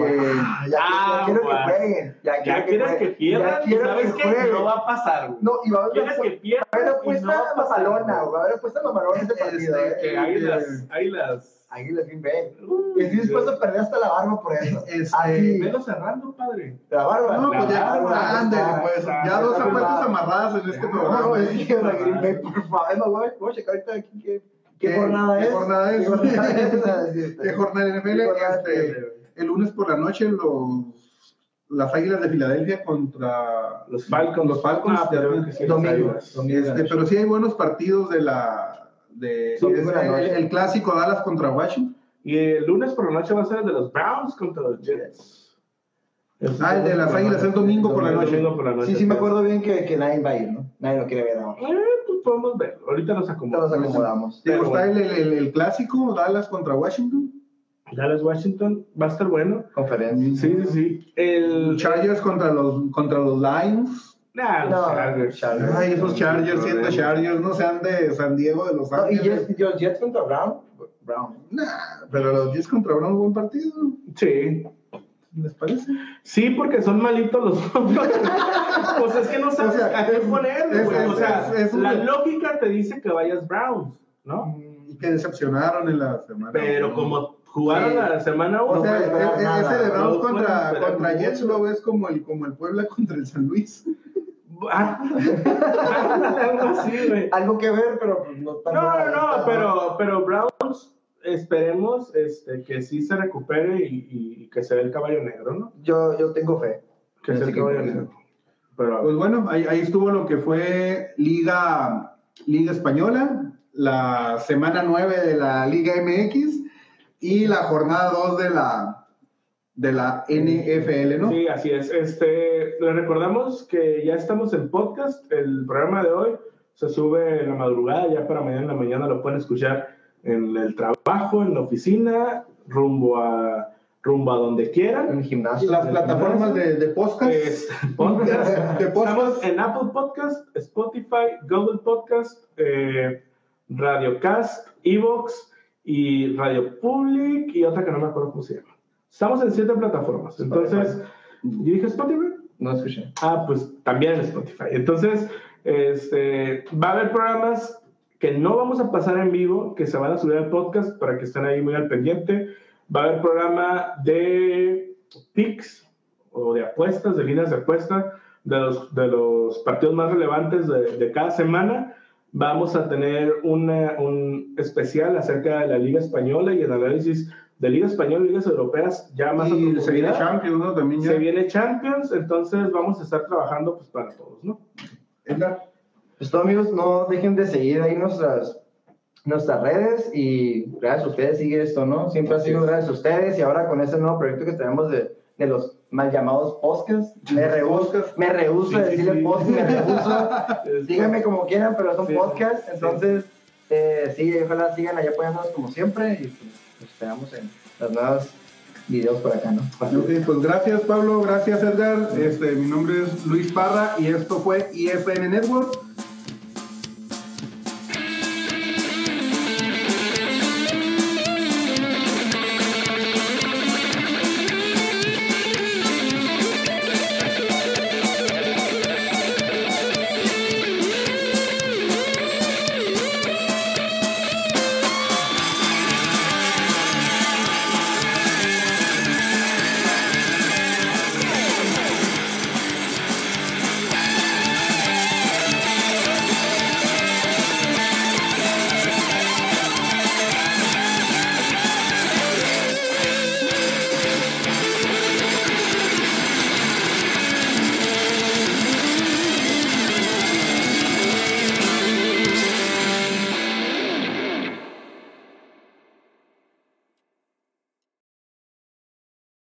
S2: Agua.
S3: Ya, ya quiero que
S2: Agua.
S3: jueguen. Ya,
S2: Ya quieres que
S3: jueguen.
S2: pierdan
S3: Ya
S2: y
S3: quiero
S2: sabes
S3: que
S2: que
S3: jueguen.
S2: no va a pasar, güey.
S3: No, y va a haber
S2: Quieres que pierdan
S3: va a haber
S2: y
S3: apuesta
S2: no va a pasar.
S3: mamalona, güey. va a haber apuesta mamalona este partido.
S1: Este,
S3: eh.
S2: Eh, Águilas, águilas.
S3: Águilas Green Bay.
S2: Uy,
S3: Estoy dispuesto a perder hasta la barba por eso.
S1: Este,
S3: Así,
S2: Velo cerrando, padre.
S3: la barba.
S1: No, pues
S3: La
S1: ya,
S3: barba,
S1: ándale,
S3: la
S1: pues,
S3: barba.
S1: ya dos
S3: La barba.
S1: apuestas amarradas en este programa.
S3: No, es que la Green Bay, por favor. No, voy, voy a checar ahorita aquí qué, qué
S1: ¿Qué-
S3: jornada
S1: qué
S3: es.
S1: jornada es?
S3: ¿Qué jornada es? Ah, sí, está.
S1: de jornada NFL.
S3: ¿Qué jornada
S1: este,
S3: es?
S1: el lunes por la noche los las Águilas de Filadelfia contra
S2: Los Falcons.
S1: Los Falcons.
S2: Ah, pero que sí, los
S1: Domingo.
S2: Águilas.
S3: pues, Domingo de la
S1: Este, pero sí hay buenos partidos de la de
S3: Domingo de la
S1: el,
S3: noche.
S1: el clásico Dallas contra Washington.
S2: Y el lunes por la noche va a ser el de los Browns contra los Jets.
S1: Ah, el de las águilas es domingo por la
S2: Domingo
S1: noche.
S2: por la noche. pues.
S3: Sí, sí, me acuerdo bien que, que nadie va a ir, ¿no? Nadie lo quiere ver ahora.
S2: Eh, pues podemos ver. Ahorita nos
S3: Ahorita
S2: acomodamos.
S3: los acomodamos.
S1: ¿Te
S2: Pero
S1: gusta el, el- el clásico Dallas contra Washington?
S2: Dallas Washington va a estar bueno.
S3: Conferencia.
S2: Sí, sí, sí. El.
S1: Chargers contra los, contra los Lions.
S2: Nah, los
S3: No,
S2: Chargers.
S3: Chargers.
S1: Ay, esos Chargers siendo
S2: Problema.
S1: Chargers, no sean de San Diego, de Los
S3: No, y
S1: Ángeles.
S3: Jets, yo- Jets contra Brown. Brown.
S1: Nah, pero los 10 contra Brown, buen partido,
S2: Sí.
S1: ¿les parece?
S2: Sí, porque son malitos los otros. pues es que no sabes
S1: O sea,
S2: a qué
S1: es-
S2: ponerle,
S1: es-
S2: güey. O
S1: es-
S2: sea,
S1: es- es un-
S2: la lógica te dice que vayas Browns, ¿no?
S1: Y que decepcionaron en la semana.
S2: Pero como jugaron
S3: Sí.
S2: la semana pues,
S1: O
S3: no
S2: 1,
S1: sea,
S3: puede
S1: e-
S3: esperar
S1: e-
S3: nada,
S1: ese de Browns
S2: no puede
S1: contra,
S2: esperar
S1: contra
S2: mucho.
S1: Jets lo ves como el, como el Puebla contra el San Luis.
S2: Ah, algo así, güey.
S3: Algo que ver, pero pues, no tan
S2: No, no,
S3: mal,
S2: no,
S3: tan mal.
S2: pero, pero Browns, esperemos este, que sí se recupere y, y- y que se vea el caballo negro, ¿no?
S3: Yo, yo tengo fe.
S2: Que
S3: Yo
S2: sea
S3: sí
S2: el
S3: que
S2: caballo
S3: creo.
S2: negro. Pero,
S1: Pues bueno, ahí, ahí estuvo lo que fue Liga, Liga Española, la semana 9 de la Liga MX y la jornada 2 de la, de la NFL, ¿no?
S2: Sí, así es. Este, les recordamos que ya estamos en podcast. El programa de hoy se sube en la madrugada, ya para mañana en la mañana lo pueden escuchar en el trabajo, en la oficina, rumbo a, rumbo a donde quieran.
S3: En gimnasio.
S1: Las plataformas de, de podcast.
S2: Es podcast.
S1: De podcast.
S2: Estamos en Apple Podcast, Spotify, Google Podcast, eh, Radiocast, Evox y Radio Public y otra que no me acuerdo cómo se llama. Estamos en siete plataformas. Entonces, yo dije Spotify.
S3: No escuché.
S2: Ah, pues también en Spotify. Entonces, este, va a haber programas que no vamos a pasar en vivo, que se van a subir al podcast para que estén ahí muy al pendiente. Va a haber programa de picks o de apuestas, de líneas de apuestas, de los, de los partidos más relevantes de, de cada semana. Vamos a tener una- un especial acerca de la Liga Española y el análisis de Liga Española y Ligas Europeas ya más a
S1: y se viene
S2: profundidad.
S1: Champions, ¿no? También ya.
S2: Se viene Champions, entonces vamos a estar trabajando pues para todos, ¿no?
S1: Edgar.
S3: Pues todo, amigos, no dejen de seguir ahí nuestras, nuestras redes y gracias a ustedes sigue esto, ¿no? Siempre ha sido gracias a ustedes y ahora con este nuevo proyecto que tenemos de, de los mal llamados podcasts, me rehuso,
S1: podcasts.
S3: me rehuso a
S2: Sí, sí,
S3: decirle
S2: sí.
S3: podcast, me rehuso.
S2: Este,
S3: Díganme como quieran, pero son
S2: Sí,
S3: podcasts,
S2: sí.
S3: entonces eh, sí, ojalá sigan ahí apoyándonos como siempre y pues, nos esperamos en los nuevos videos por acá, ¿no?
S1: Eh, Pues gracias Pablo, gracias Edgar. Este, mi nombre es Luis Parra y esto fue IFN E Network.